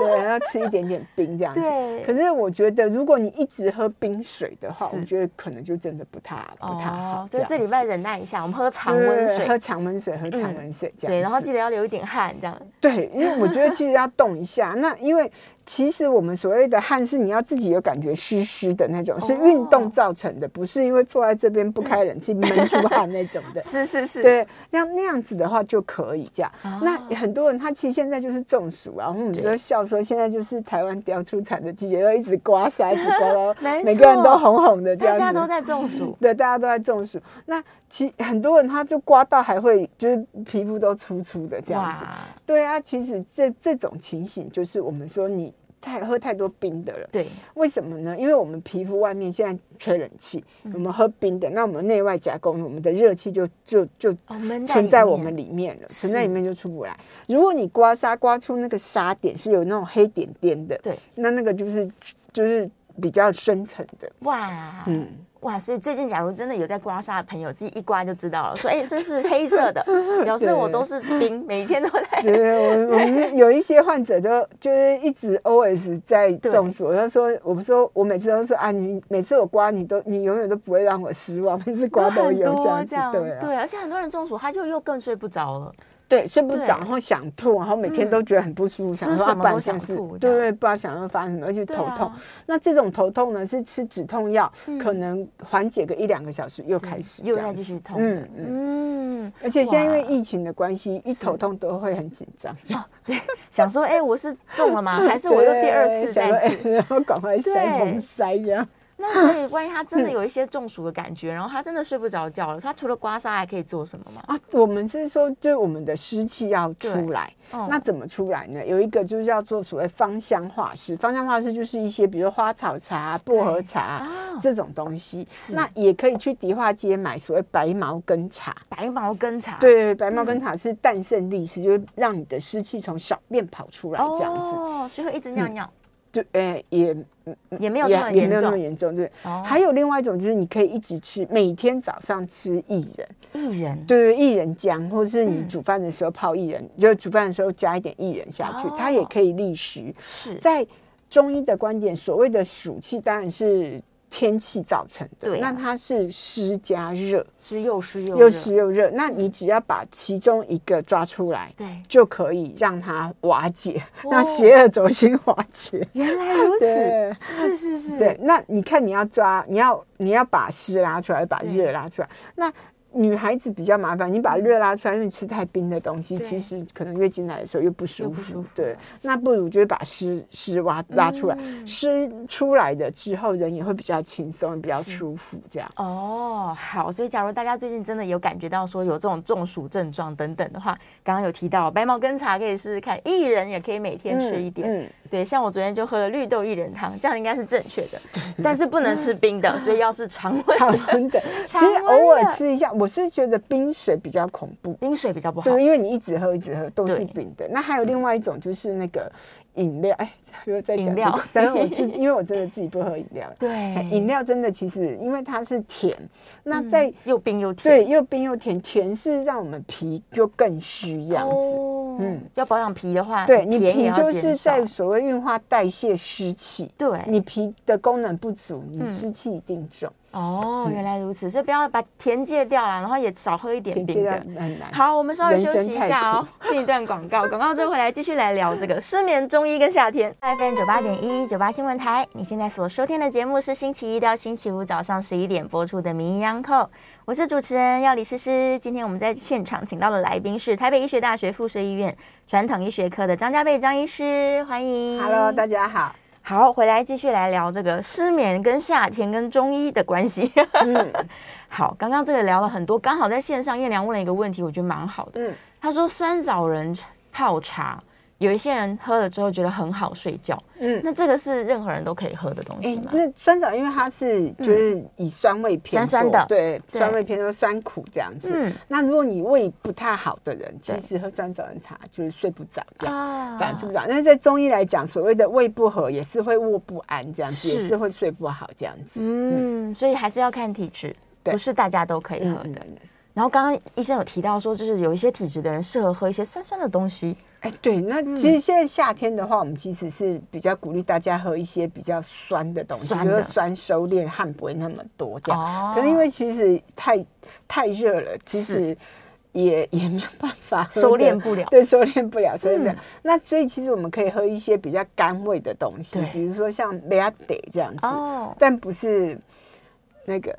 S2: 对，要吃一点点冰这样子。
S1: 对，
S2: 可是我觉得，如果你一直喝冰水的话，
S1: 是
S2: 我觉得可能就真的不太不太好
S1: 哦，。所以这
S2: 样
S1: 礼拜忍耐一下，我们喝常
S2: 对
S1: 温
S2: 喝
S1: 水，嗯
S2: 常温水，喝常温水这样子。
S1: 对，然后记得要流一点汗，这样。
S2: 对，因为我觉得其实要动一下。那因为其实我们所谓的汗是你要自己有感觉湿湿的那种，是运动造成的，不是因为坐在这边不开冷气闷出汗那种
S1: [LAUGHS]
S2: 的
S1: 是是是，
S2: 对，那那样子的话就可以这样。
S1: 啊
S2: 那很多人他其实现在就是中暑啊，然后我们
S1: 对
S2: 就笑说现在就是台湾雕出产的季节，要一直刮痧，一直刮刮
S1: [LAUGHS] 没，
S2: 每个人
S1: 错
S2: 都红红的这样
S1: 大
S2: 子。，
S1: 家都在中暑
S2: 对，大家都在中暑。那其很多人他就刮到还会就是皮肤都粗粗的这样子。
S1: 哇，
S2: 对啊，其实这这种情形就是我们说你太喝太多冰的了。
S1: 对，
S2: 为什么呢？因为我们皮肤外面现在吹冷气，
S1: 嗯
S2: 我们喝冰的，那我们内外夹攻，我们的热气就就就
S1: 哦，闷在
S2: 存
S1: 里
S2: 在我
S1: 面
S2: 们里面了，
S1: 是
S2: 存在里面就出不来。如果你刮痧刮出那个痧点是有那种黑点点的，
S1: 对，
S2: 那那个就是就是比较深层的，
S1: 哇，
S2: 嗯。
S1: 哇，所以最近假如真的有在刮痧的朋友，自己一刮就知道了，说哎，这是黑色
S2: [LAUGHS]
S1: 的，表示我都是冰，每天都在。
S2: 对对，我我们有一些患者就就是一直 always 在中暑，他说我们说我每次都说啊，你每次我刮你都你永远都不会让我失望， [LAUGHS] 每次 [LAUGHS] 刮都
S1: [LAUGHS] 很
S2: 有这
S1: 多
S2: 样子，对啊，
S1: 对，而且很多人中暑，他就又更睡不着了。
S2: 对，睡不
S1: 对
S2: 着，然后想吐，然后每天
S1: 嗯
S2: 都觉得很不舒服，
S1: 吃
S2: 想说啊
S1: 什么
S2: 不然
S1: 都想
S2: 是
S1: 吐这
S2: 对
S1: 样
S2: 对，不知道想要发生什么，而且
S1: 对
S2: 头痛
S1: 啊。
S2: 那这种头痛呢，是吃止痛药
S1: 嗯，
S2: 可能缓解个一两个小时又开始，
S1: 又在继。续痛
S2: 嗯
S1: 的。嗯
S2: 而且现在因为
S1: 哇
S2: 疫情的关系，一
S1: 是
S2: 头痛都会很紧张，这样。
S1: 想说，哎、我是中
S2: [LAUGHS]
S1: 了吗？还是我又第二次
S2: 对想
S1: 再
S2: 说
S1: 次？
S2: 哎然后赶快塞
S1: 对
S2: 红塞这样。
S1: 那所以，万一他真的有一些中暑的感觉，然后他真的睡不着觉了，他除了刮痧还可以做什么
S2: [LAUGHS]
S1: 吗？
S2: 啊，我们是说，就是我们的湿气要出来。
S1: 嗯
S2: 那怎么出来呢？有一个就是叫做所谓芳香化湿，芳香化湿就是一些比如说花草茶、薄荷茶
S1: 哦
S2: 这种东西
S1: 是。
S2: 那也可以去迪化街买所谓白茅根茶。
S1: 白毛根茶，，
S2: 对，白茅
S1: 嗯
S2: 根茶是淡渗利湿，就是让你的湿气从小便跑出来这样子。
S1: 哦，所以会一直尿尿，
S2: 对，哎，也
S1: 也没有
S2: 也
S1: 这么
S2: 也没
S1: 严
S2: 有那么
S1: 重。
S2: 严重。对，
S1: 哦
S2: 还有另外一种就是你可以一直吃，每天早上吃薏仁。
S1: 薏仁，
S2: 对薏仁浆，或是你
S1: 嗯
S2: 煮饭的时候泡薏仁，就是煮饭的时候加一点薏仁下去，它也
S1: 哦
S2: 可以利湿。
S1: 是，
S2: 在中医的观点，所谓的暑气当然是天气造成的，
S1: 对啊
S2: 那它是湿加热，
S1: 是又湿又
S2: 又
S1: 热
S2: 湿，又热，那你只要把其中一个抓出来。
S1: 对，
S2: 就可以让它瓦解，
S1: 哦
S2: 让邪恶轴心 [LAUGHS] 瓦解。
S1: 原来如此，
S2: 对
S1: 是是是，
S2: 对，，那你看你要抓，你要你要把湿拉出来，把
S1: 对
S2: 热拉出来。那女孩子比较麻烦，你把热拉出来，因为你吃太冰的东西，
S1: 对
S2: 其实可能月经来的时候又不舒
S1: 又
S2: 服。
S1: 不舒服
S2: 对，那不如就是把湿湿挖拉出来，
S1: 嗯
S2: 湿、出来的之后人也会比较轻松，比较舒服这样。
S1: 哦，好，所以假如大家最近真的有感觉到说有这种中暑症状等等的话，刚刚有提到白茅根茶可以试试看，薏仁也可以每天吃一点。
S2: 嗯，嗯 [LAUGHS]
S1: 对，像我昨天就喝了绿豆薏仁汤，这样应该是正确的，但是不能吃冰
S2: [LAUGHS]
S1: 的，所以要是常温
S2: 常温的，其
S1: 常
S2: 实
S1: 温
S2: 偶尔
S1: 的
S2: 吃一下，我是觉得冰水比较恐怖。
S1: 冰水比较不好。
S2: 对，因为你一直喝一直喝都是
S1: 对
S2: 冰的。那还有另外一种就是那个饮料，哎，又在
S1: 饮
S2: 讲这
S1: 料
S2: 个 [LAUGHS] 但是我是因为我真的自己不喝饮料。哎
S1: [LAUGHS] 对，
S2: 饮料真的其实因为它是甜，那在、
S1: 又冰又嗯甜，
S2: 对又冰又甜，甜是让我们皮就更虚这样子。
S1: 哦
S2: 嗯，
S1: 要保养皮的话，
S2: 对你
S1: 甜也
S2: 皮
S1: 要
S2: 就
S1: 减
S2: 是
S1: 少
S2: 在所谓运化代谢湿气，
S1: 对
S2: 你皮的功能不足，你
S1: 嗯
S2: 湿气一定重，
S1: 哦，
S2: 嗯
S1: 原来如此，所以不要把甜戒掉了，然后也少喝一点
S2: 甜
S1: 冰
S2: 接到
S1: 的。
S2: 很难。
S1: 好，我们稍微休息一下哦，进一段广告，广告之后回来继续来聊这个失眠、中医跟夏天。 FM 九八点一九八新闻台，你现在所收听的节目是星期一到星期五早上十一点播出的《名医央叩》，我是主持人要李诗诗。今天我们在现场请到的来宾是台北医学大学附设医院传统医学科的张家贝张医师，欢迎。
S2: Hello，大家好。
S1: 好，回来继续来聊这个失眠跟夏天跟中医的关系。 [LAUGHS]
S2: 嗯
S1: 好，刚刚这个聊了很多，刚好在线上燕良问了一个问题，我觉得蛮好的。
S2: 嗯，
S1: 他说酸枣仁泡茶，有一些人喝了之后觉得很好睡觉，
S2: 嗯
S1: 那这个是任何人都可以喝的东
S2: 哎、
S1: 西吗？
S2: 那酸枣因为它是就是以酸味偏多，
S1: 嗯酸酸的
S2: 对，
S1: 对
S2: 酸味偏多，酸苦这样子。
S1: 嗯
S2: 那如果你胃不太好的人，
S1: 对
S2: 其实喝酸枣仁茶就是睡不着这样。
S1: 啊
S2: 反而睡不着，因为在中医来讲，所谓的胃不和也是会卧不安这样子，
S1: 是
S2: 也是会睡不好这样子。
S1: 嗯，所以还是要看体质，
S2: 对
S1: 不是大家都可以喝
S2: 嗯
S1: 的。
S2: 嗯
S1: 然后刚刚医生有提到说，就是有一些体质的人适合喝一些酸酸的东西，
S2: 哎、对，那
S1: 嗯
S2: 其实现在夏天的话，我们其实是比较鼓励大家喝一些比较酸的东西，
S1: 酸
S2: 比如
S1: 的
S2: 说酸收敛，汗不会那么多这样。
S1: 哦
S2: 可能因为其实太太热了，其
S1: 是
S2: 实也 [LAUGHS] 也没有办法喝
S1: 收
S2: 得
S1: 敛不了
S2: 对，收敛不了，收敛不了。
S1: 嗯
S2: 那所以其实我们可以喝一些比较甘味的东西
S1: 对，
S2: 比如说像 l a t 这样子，
S1: 哦，
S2: 但不是那个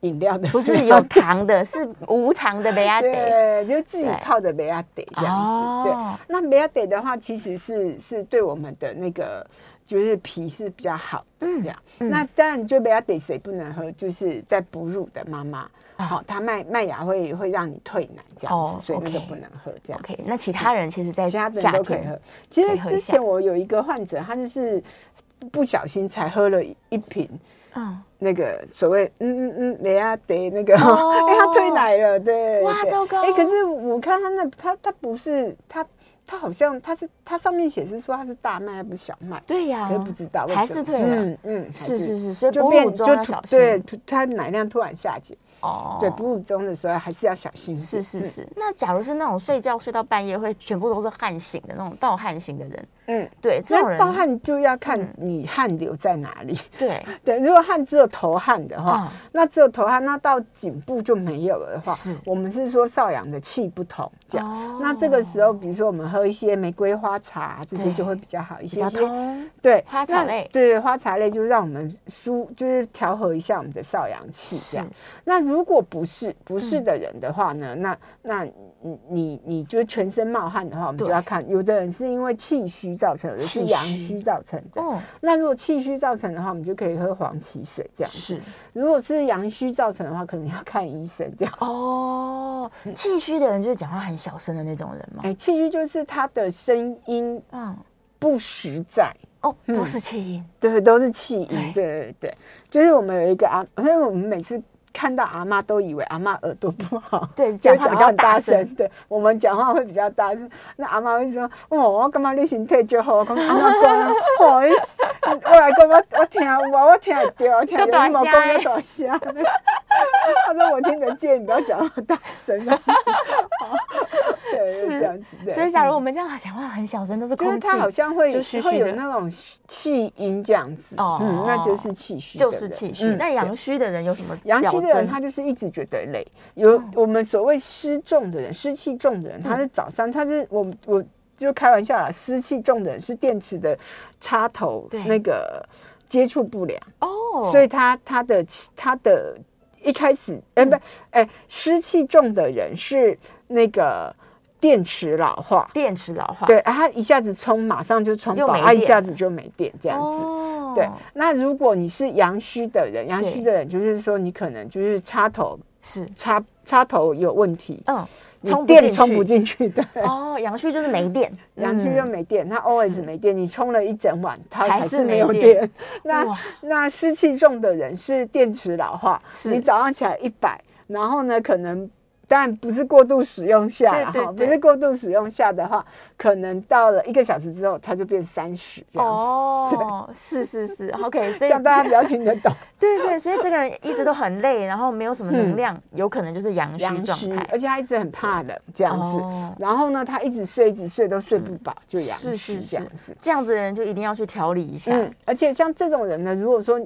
S2: 饮料的 latte，
S1: 不是有糖的，是无糖的 b e 得
S2: 对，就自己
S1: 对
S2: 泡的 l a t 这样子。对，
S1: 哦，
S2: 那 l a t 的话，其实是是对我们的那个就是脾是比较好的
S1: 嗯
S2: 这样。
S1: 嗯
S2: 那当然，就 l a t 谁不能喝？就是在哺乳的妈妈。哦
S1: 啊
S2: 好、它麦麦芽会会让你退奶这样子，
S1: 哦
S2: 所以那个
S1: OK
S2: 不能喝这样。
S1: OK，那其他人其实，在
S2: 其
S1: 夏
S2: 他的人都可以喝
S1: 天，。
S2: 其
S1: 可
S2: 实
S1: 以喝一
S2: 之
S1: 下
S2: 前我有一个患者，他就是不小心才喝了一一瓶
S1: 嗯，
S2: 那个所谓嗯嗯嗯雷亚得那个，哎、
S1: 哦
S2: 他退奶了，对，
S1: 哇
S2: 对
S1: 糟糕
S2: 哎、可是我看他那他他不是他他好像他是他上面显示说他是大麦，他不是小麦，
S1: 对呀
S2: 可是不知道为
S1: 还
S2: 什
S1: 是
S2: 么
S1: 退了
S2: 嗯嗯，还
S1: 是是是，所以
S2: 就
S1: 哺乳
S2: 变
S1: 中
S2: 就
S1: 要
S2: 突
S1: 小心，
S2: 对，突他奶量突然下降，
S1: 哦，
S2: 对，哺乳中的时候还是要小心一点，
S1: 是是
S2: 嗯
S1: 是。那假如是那种睡觉睡到半夜会全部都是汗醒的那种盗汗型的人，
S2: 嗯，
S1: 对这种
S2: 那
S1: 人，
S2: 盗汗就要看
S1: 嗯
S2: 你汗流在哪里。 [LAUGHS]
S1: 对
S2: 对，如果汗只有头汗的话，
S1: 啊
S2: 那只有头汗，那到颈部就没有了的话
S1: 是，
S2: 我们是说少阳的气不同这样。
S1: 哦
S2: 那这个时候，比如说我们喝一些玫瑰花茶，这些
S1: 对
S2: 就会比较好一
S1: 比
S2: 些
S1: 较
S2: 些。
S1: 通，
S2: 对，
S1: 花
S2: 那
S1: 草类
S2: 对花茶类就让我们舒，就是调和一下我们的少阳气这
S1: 是
S2: 样。那如果不是不是的人的话
S1: 嗯
S2: 呢，那那你你你就是全身冒汗的话，我们就
S1: 对
S2: 要看，有的人是因为气虚造成的，有的是
S1: 气
S2: 阳
S1: 虚
S2: 虚造成的。
S1: 嗯，
S2: 那如果气虚造成的话，我们就可以喝黄芪水这样。
S1: 是
S2: 如果是阳虚造成的话，可能要看医生这样。
S1: 哦。
S2: 嗯
S1: 气虚的人就是讲话很小声的那种人嘛
S2: 哎、，气虚就是他的声音
S1: 嗯，
S2: 不实在，
S1: 哦，
S2: 嗯
S1: 都是气音，
S2: 对，都是气音，
S1: 对
S2: 对对对，就是我们有一个阿，因为我们每次看到阿妈都以为阿妈耳朵不好。
S1: 对，[LAUGHS]
S2: 就
S1: 讲话比较
S2: 很大
S1: 大声，，
S2: 对我们讲话会比较大声。那阿妈会说：“哦，我感觉你身体就好，我讲阿妈讲啊，哦，你我来讲我我听我我听得到，我听得
S1: 就
S2: 到，
S1: 大
S2: 你没
S1: 声
S2: 讲要大声。” [LAUGHS] 他说：“我听得见，你不要讲那么大
S1: [LAUGHS]
S2: 声。 [LAUGHS] 这样子”对，
S1: 是
S2: 是这样子。对嗯
S1: 所以假如我们这样讲话很小声，都是
S2: 就是
S1: 空气
S2: 他，好像会
S1: 就虚虚
S2: 会有
S1: 的
S2: 那种气音这样子，
S1: 哦
S2: 嗯，那就是气虚的
S1: 就
S2: 人，嗯
S1: 是气虚。那阳
S2: 对
S1: 虚的人有什么
S2: 阳
S1: 表
S2: 虚的人，
S1: 征？
S2: 他就是一直觉得累。有
S1: 嗯
S2: 我们所谓湿重的人，湿气重的人，他是早上，他是我我就开玩笑啦，湿气重的人是电池的插头
S1: 对
S2: 那个接触不良，
S1: 哦，
S2: 所以他他的气他的一开始，哎、
S1: 嗯
S2: 不，哎、湿气重的人是那个电池老化。
S1: 电池老化，
S2: 对，啊他一下子充，马上就充
S1: 又
S2: 饱，
S1: 没
S2: 他一
S1: 电
S2: 下
S1: 了
S2: 子就没电，这样子。
S1: 哦
S2: 对，那如果你是阳虚的人，阳
S1: 对
S2: 虚的人就是说你可能就是插头
S1: 是，
S2: 插插头有问题，
S1: 嗯，
S2: 你
S1: 充不
S2: 电
S1: 进
S2: 充不
S1: 去。嗯
S2: 进去的。
S1: 哦，阳虚就是没电，
S2: 阳虚又没电，它 always 没电，你充了一整晚，它
S1: 还
S2: 还
S1: 是
S2: 是
S1: 没
S2: 没有
S1: 电
S2: 电。
S1: [LAUGHS]
S2: 那
S1: 哇
S2: [LAUGHS] 那湿气重的人是电池老化，
S1: 是
S2: 你早上起来一百，然后呢可能。但不是过度使用下啦
S1: 对对
S2: 哈，不
S1: 对
S2: 是过度使用下的话，可能到了一个小时之后，它就变三十这样子，
S1: 哦，是是是，OK，所
S2: [LAUGHS] 这
S1: 以
S2: 样大家比较听得懂。
S1: 对对，所以这个人一直都很累，然后没有什么能
S2: 嗯
S1: 量，有可能就是阳虚
S2: 阳
S1: 状
S2: 虚，而
S1: 态。
S2: 且他一直很怕冷这样子。
S1: 哦嗯
S2: 然后呢，他一直睡，一直睡都睡不饱，就阳
S1: 是是
S2: 虚这
S1: 是啊
S2: 样子。，
S1: 这样子的人就一定要去调理一下。
S2: 嗯，而且像这种人呢，如果说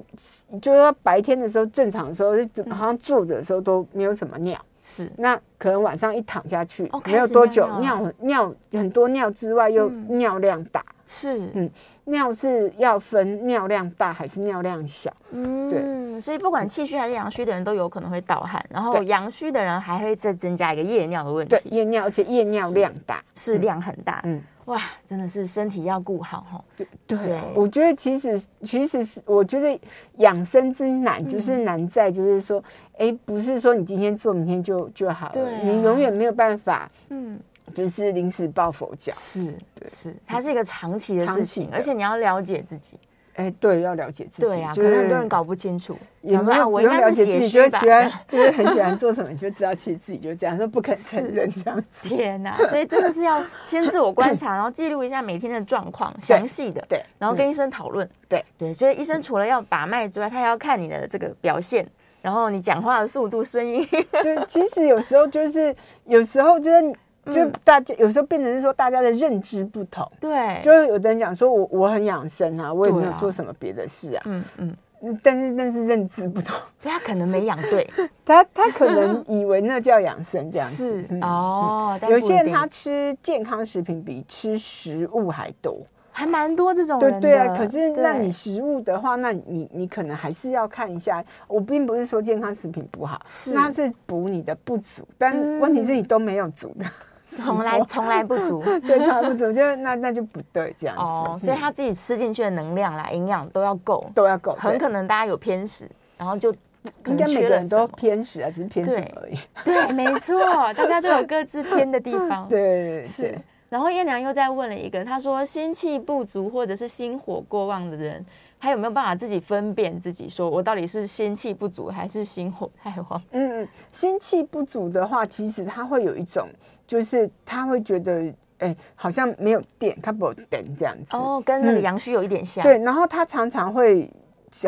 S2: 就是说白天的时候正常的时候，就
S1: 嗯
S2: 好像坐着的时候都没有什么尿，
S1: 是
S2: 那可能晚上一躺下去
S1: 哦，
S2: 没有
S1: 开始
S2: 多久
S1: 尿啊
S2: 尿尿很多尿之外，又
S1: 嗯
S2: 尿量大，
S1: 是，
S2: 嗯尿是要分尿量大还是尿量小？
S1: 嗯，所以不管气虚还是阳虚的人都有可能会盗汗，然后
S2: 对
S1: 阳虚的人还会再增加一个夜尿的问
S2: 对，
S1: 题，
S2: 夜尿，而且夜尿量大，
S1: 是量很大。
S2: 嗯。
S1: 哇，真的是身体要顾好哈。
S2: 对，
S1: 对
S2: 我觉得其实其实是我觉得养生之难，
S1: 嗯
S2: 就是难在就是说，哎、不是说你今天做明天就就好了，
S1: 对啊
S2: 你永远没有办法
S1: 嗯，
S2: 就是临时抱佛脚。
S1: 是是，它是一个长期的
S2: 长
S1: 事
S2: 期
S1: 情，
S2: 的
S1: 而且你要了解自己。
S2: 哎、对，要了解自己。
S1: 对呀、
S2: 就
S1: 可能
S2: 是
S1: 很多人搞不清楚，
S2: 也
S1: 想说
S2: 没
S1: 啊，
S2: 有
S1: 我
S2: 不
S1: 应该
S2: 用了
S1: 是
S2: 解自
S1: 血虚
S2: 己，就是
S1: 吧
S2: 喜。欢，就是很喜欢做什么，你就知道其实自己就这样，说不肯承
S1: 是
S2: 认这样
S1: [LAUGHS]
S2: 子。
S1: 天呐、所以真的是要先自我观察，然后记录一下每天的状况，详细的，
S2: 对嗯
S1: 然后跟医生讨论。
S2: 对
S1: 对，所以医生除了要把脉之外，他还要看你的这个表现，然后你讲话的速度、声
S2: [LAUGHS]
S1: 音。
S2: 就其实有时候就是，有时候就是就
S1: 嗯
S2: 大家、有时候变成是说大家的认知不同。
S1: 对，
S2: 就是有的人讲说我我很养生啊，我也没有
S1: 对啊
S2: 做什么别的事啊，
S1: 嗯嗯，
S2: 但是但是认知不同，
S1: 对他可能没养对，
S2: 他他可
S1: [LAUGHS]
S2: 能以为那叫养生 [LAUGHS] 这样子。
S1: 是
S2: 嗯
S1: 哦，但
S2: 有
S1: 不
S2: 些
S1: 一
S2: 人
S1: 定
S2: 他吃健康食品比吃食物还多，
S1: 还蛮多这种
S2: 对
S1: 人
S2: 对啊。
S1: 的
S2: 可是那
S1: 对
S2: 你食物的话，那你你可能还是要看一下。我并不是说健康食品不好，
S1: 是
S2: 那是补你的不足，但
S1: 嗯
S2: 问题是你都没有足的， [LAUGHS]
S1: 从来从来不足
S2: 对，从来不
S1: [LAUGHS]
S2: 足， [LAUGHS] 就那那就不对这样子。
S1: 哦，所以
S2: 嗯
S1: 他自己吃进去的能量啦、营养都嗯要够，
S2: 都要够，
S1: 很
S2: 对
S1: 可能大家有偏食，然后就可能
S2: 应该每
S1: 缺
S2: 个
S1: 了
S2: 人
S1: 什
S2: 都
S1: 么。
S2: 偏食啊，只是偏食
S1: 对
S2: 而已。
S1: [LAUGHS] 对，没错，大家都有各自偏的地 [LAUGHS] 方。
S2: 对，对
S1: 哦是。然后燕良又再问了一个，他说心气不足或者是心火过旺的人，他有没有办法自己分辨自己，说我到底是心气不足还是心火太旺？
S2: 嗯，嗯，心气不足的话，其实他会有一种，就是他会觉得，哎、好像没有电，他不等这样子。
S1: 哦，跟那个
S2: 嗯
S1: 阳虚有一点像。
S2: 对，然后他常常会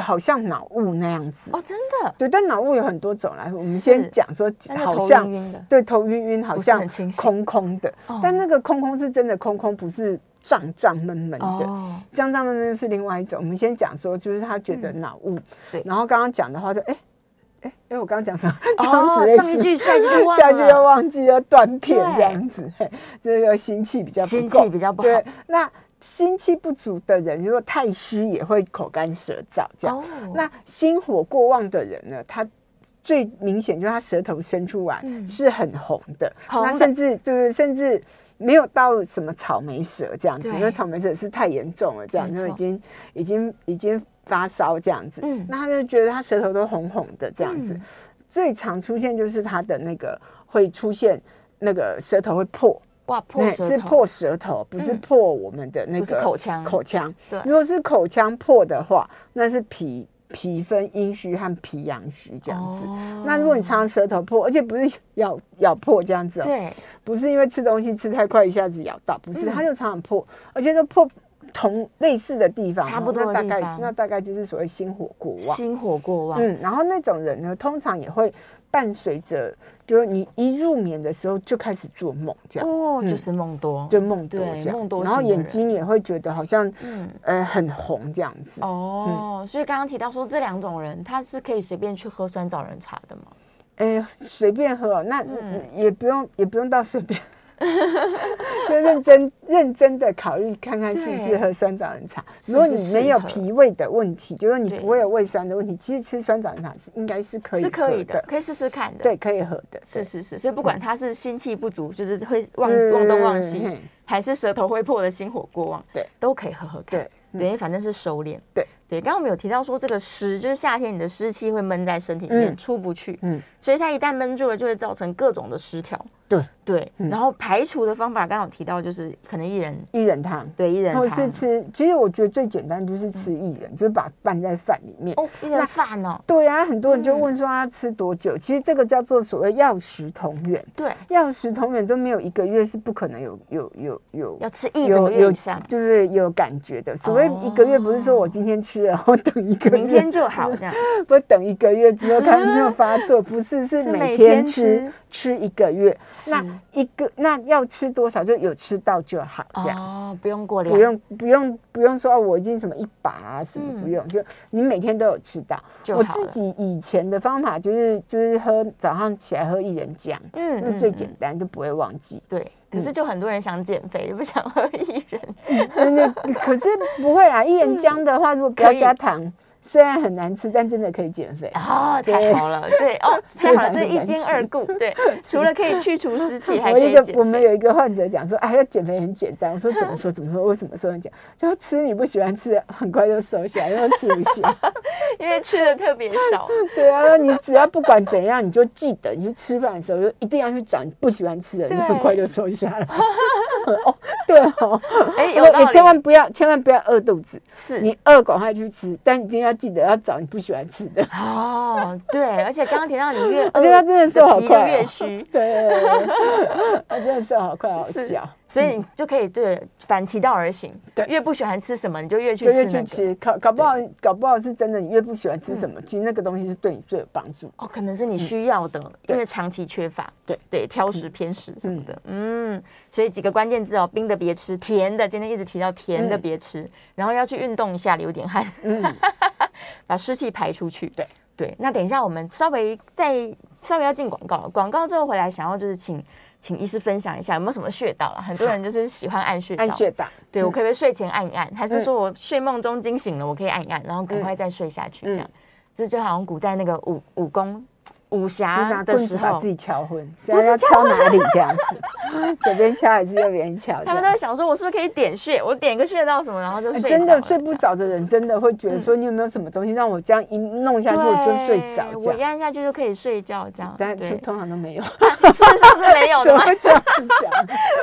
S2: 好像脑雾那样子。
S1: 哦，真的，
S2: 对，但脑雾有很多种来，我们
S1: 是
S2: 先讲说
S1: 但，是
S2: 好
S1: 头
S2: 像
S1: 晕晕的
S2: 对头晕晕，好
S1: 不是
S2: 像
S1: 很清醒
S2: 空空的，
S1: 哦
S2: 但那个空空是真的空空，不是胀胀闷闷的。
S1: 哦，
S2: 江上闷是另外一种。我们先讲说，就是他觉得脑雾、
S1: 嗯对
S2: 然后刚刚讲的话就，哎哎，因为我刚刚讲什么？ [LAUGHS] 这样
S1: 哦
S2: 子，类似
S1: 上一句下一句就忘了，
S2: [LAUGHS] 下一句又忘记要断片
S1: 对
S2: 这样子，嘿就是说心气比较不够
S1: 心气比较不好
S2: 对，那心气不足的人，如果太虚也会口干舌燥这样。
S1: 哦，
S2: 那心火过旺的人呢，他。最明显就是他舌头伸出来、
S1: 嗯
S2: 是很红的，
S1: 红的
S2: 那甚至对对，甚至没有到什么草莓舌这样子，
S1: 对
S2: 因为草莓舌是太严重了，这样
S1: 没
S2: 就已
S1: 错
S2: 经已经已经发烧这样子，
S1: 嗯
S2: 那他就觉得他舌头都红红的这样子，
S1: 嗯
S2: 最常出现就是他的那个会出现那个舌头会破，
S1: 哇破
S2: 哎
S1: 舌头
S2: 是破舌头，不是
S1: 嗯
S2: 破我们的那
S1: 不是
S2: 个
S1: 口腔
S2: 口腔，
S1: 对
S2: 如果是口腔破的话，那是脾脾分阴虚和脾阳虚这样子。
S1: 哦
S2: 那如果你常常舌头破，而且不是咬咬破这样子、哦，
S1: 对
S2: 不是因为吃东西吃太快一下子咬到，不是，
S1: 嗯
S2: 它就常常破，而且都破同类似的地方哦，
S1: 差不多的
S2: 那大
S1: 地
S2: 概
S1: 方
S2: 那大概就是所谓心火过旺。
S1: 心火过旺，
S2: 嗯，然后那种人呢，通常也会伴随着，就是你一入眠的时候就开始做梦，这样、
S1: 哦，
S2: 嗯
S1: 就是梦多，
S2: 就梦多
S1: 对
S2: 这样，
S1: 梦多
S2: 然后
S1: 型的
S2: 眼
S1: 人
S2: 睛也会觉得好像、
S1: 嗯。
S2: 呃很红这样子。
S1: 哦，
S2: 嗯
S1: 所以刚刚提到说这两种人，他是可以随便去喝酸枣仁茶的吗？
S2: 哎，随便喝，那、
S1: 嗯
S2: 也不用也不用到随便， [LAUGHS] 就认真认真的考虑看看是不是
S1: 对
S2: 喝酸枣仁茶。
S1: 是
S2: 如
S1: 不
S2: 果
S1: 是
S2: 你
S1: 适
S2: 没有
S1: 合
S2: 脾胃的问题，就是你
S1: 对
S2: 不会有胃酸的问题，其实吃酸枣仁茶是应该是可以
S1: 是可以
S2: 喝
S1: 的，，可以试试看的。
S2: 对，，可以喝的，
S1: 是
S2: 对
S1: 是是，所以不管他是心气不足，就是会忘
S2: 对
S1: 忘东忘
S2: 嗯嘿
S1: 西，还是舌头会破的心火过旺，
S2: 对，
S1: 都可以喝喝看。
S2: 对嗯
S1: 对，因为反正是收敛。
S2: 对
S1: 对，刚刚我们有提到说这个湿，就是夏天你的湿气会闷在身体里面、
S2: 嗯
S1: 出不去，
S2: 嗯
S1: 所以它一旦闷住了，就会造成各种的失调。
S2: 对，
S1: 对，
S2: 嗯
S1: 然后排除的方法，刚刚有提到就是可能一人
S2: 薏仁汤。
S1: 对一人
S2: 或
S1: 汤
S2: 哦是吃，其实我觉得最简单就是吃薏仁，就是把它拌在饭里面。
S1: 哦一
S2: 那
S1: 人饭哦，
S2: 对啊，很多人就问说他吃多久，其实这个叫做所谓药食同源，
S1: 对，
S2: 药食同源都没有一个月是不可能有有有有
S1: 要吃一整个月以上，
S2: 对对，有感觉的。所谓一个月，不是说我今天吃了，然后等一个月，
S1: 哦明天就好这样。
S2: [LAUGHS] 不等一个月之后它没有发作，
S1: [LAUGHS]
S2: 不是是
S1: 是
S2: 每
S1: 每
S2: 天
S1: 天
S2: 吃吃一个月，
S1: 是
S2: 那一个那要吃多少就有吃到就好，这样。
S1: 哦，不用过量，
S2: 不用不用不用说，哦我已经什么一把啊什么
S1: 嗯
S2: 不用，就你每天都有吃到。
S1: 就
S2: 我
S1: 好
S2: 自
S1: 了
S2: 己以前的方法就是就是喝早上起来喝薏仁浆，
S1: 嗯
S2: 那
S1: 嗯
S2: 最嗯
S1: 嗯
S2: 简单就不会忘记。 [LAUGHS]
S1: 对，可是就很多人想减肥，不想喝薏仁，
S2: 真的，可是不会啦，薏仁浆的话，如果不要
S1: 可以
S2: 加糖，虽然很难吃，但真的可以减肥。
S1: 哦，
S2: 对
S1: 太好了，对哦，太好了，这一斤二顾，对，除了可以去除湿
S2: [LAUGHS]
S1: 气，还
S2: [LAUGHS]
S1: 可
S2: 我
S1: 以
S2: 一个
S1: 减肥。
S2: 我们有一个患者讲说，哎，要减肥很简单。
S1: [LAUGHS]
S2: 我说怎么说怎么说？为什么说很简单？就吃你不喜欢吃，的，很快就瘦下来，又吃不下。
S1: 因为吃的特别少，
S2: [LAUGHS] 对啊，你只要不管怎样，你就记得，你去吃饭的时候就一定要去找你不喜欢吃的，你
S1: 对
S2: 很快就瘦下
S1: [LAUGHS]
S2: 来。 [LAUGHS] 哦，对哦，
S1: [LAUGHS] 哎， [LAUGHS] 有道
S2: 也
S1: 理，
S2: 千万不要，千万不要饿肚子。
S1: 是
S2: 你饿赶快去吃，但一定要记得要找你不喜欢吃的。 [LAUGHS]
S1: 哦，对，而且刚刚提到你越饿，
S2: 我觉得他真的瘦好
S1: 皮
S2: 快、
S1: 就
S2: 哦，，
S1: 越虚
S2: [LAUGHS] 对，他哦真的瘦好快，好
S1: 是
S2: 小，
S1: 所以你就可以对反其道而行，
S2: 嗯对
S1: 越不喜欢吃什么，你就越去
S2: 就越
S1: 吃那
S2: 去
S1: 个。嗯
S2: 吃，搞搞不好，搞不好是真的，你越不喜欢吃什么，其实那个东西是对你最有帮助。
S1: 哦，可能是你需要的，因为长期缺乏，
S2: 嗯对嗯
S1: 对，挑食偏食什么的，嗯，所以几个关键字哦，冰的别吃，甜的，今天一直提到甜的
S2: 嗯
S1: 别吃，然后要去运动一下，流点汗，
S2: 嗯，
S1: [LAUGHS] 把湿气排出去。
S2: 对
S1: 对，那等一下我们稍微再稍微要进广告，广告之后回来，想要就是请请医师分享一下有没有什么穴道啦？很多人就是喜欢按穴道，
S2: 按穴道，
S1: 对我可不可以睡前按一按，还
S2: 嗯
S1: 是说我睡梦中惊醒了，我可以按一按，然后赶快再睡下去这
S2: 嗯
S1: 样？这就好像古代那个武武功武
S2: 就
S1: 侠
S2: 拿
S1: 啊的
S2: 棍
S1: 时
S2: 子把
S1: 候
S2: 自，己敲昏，这
S1: 不
S2: 样
S1: 是
S2: 要
S1: 敲 [LAUGHS]
S2: 敲哪里这样子， [LAUGHS] 左边敲还是右边敲？
S1: 他们都会想说，我是不是可以点穴？我点一个穴道什么，然后就
S2: 哎
S1: 睡着了、嗯
S2: 真的睡不
S1: 这样。
S2: 着的人，真的会觉得说，你有没有什么东西让我这样一弄下去我就睡着
S1: 对
S2: 这
S1: 我一
S2: 样？
S1: 按下去就可以睡觉，这样。
S2: 但就
S1: 对，
S2: 通常都没有，
S1: 事实上是没有
S2: [LAUGHS] 怎
S1: 的嘛。
S2: 么会这样子讲？ [LAUGHS]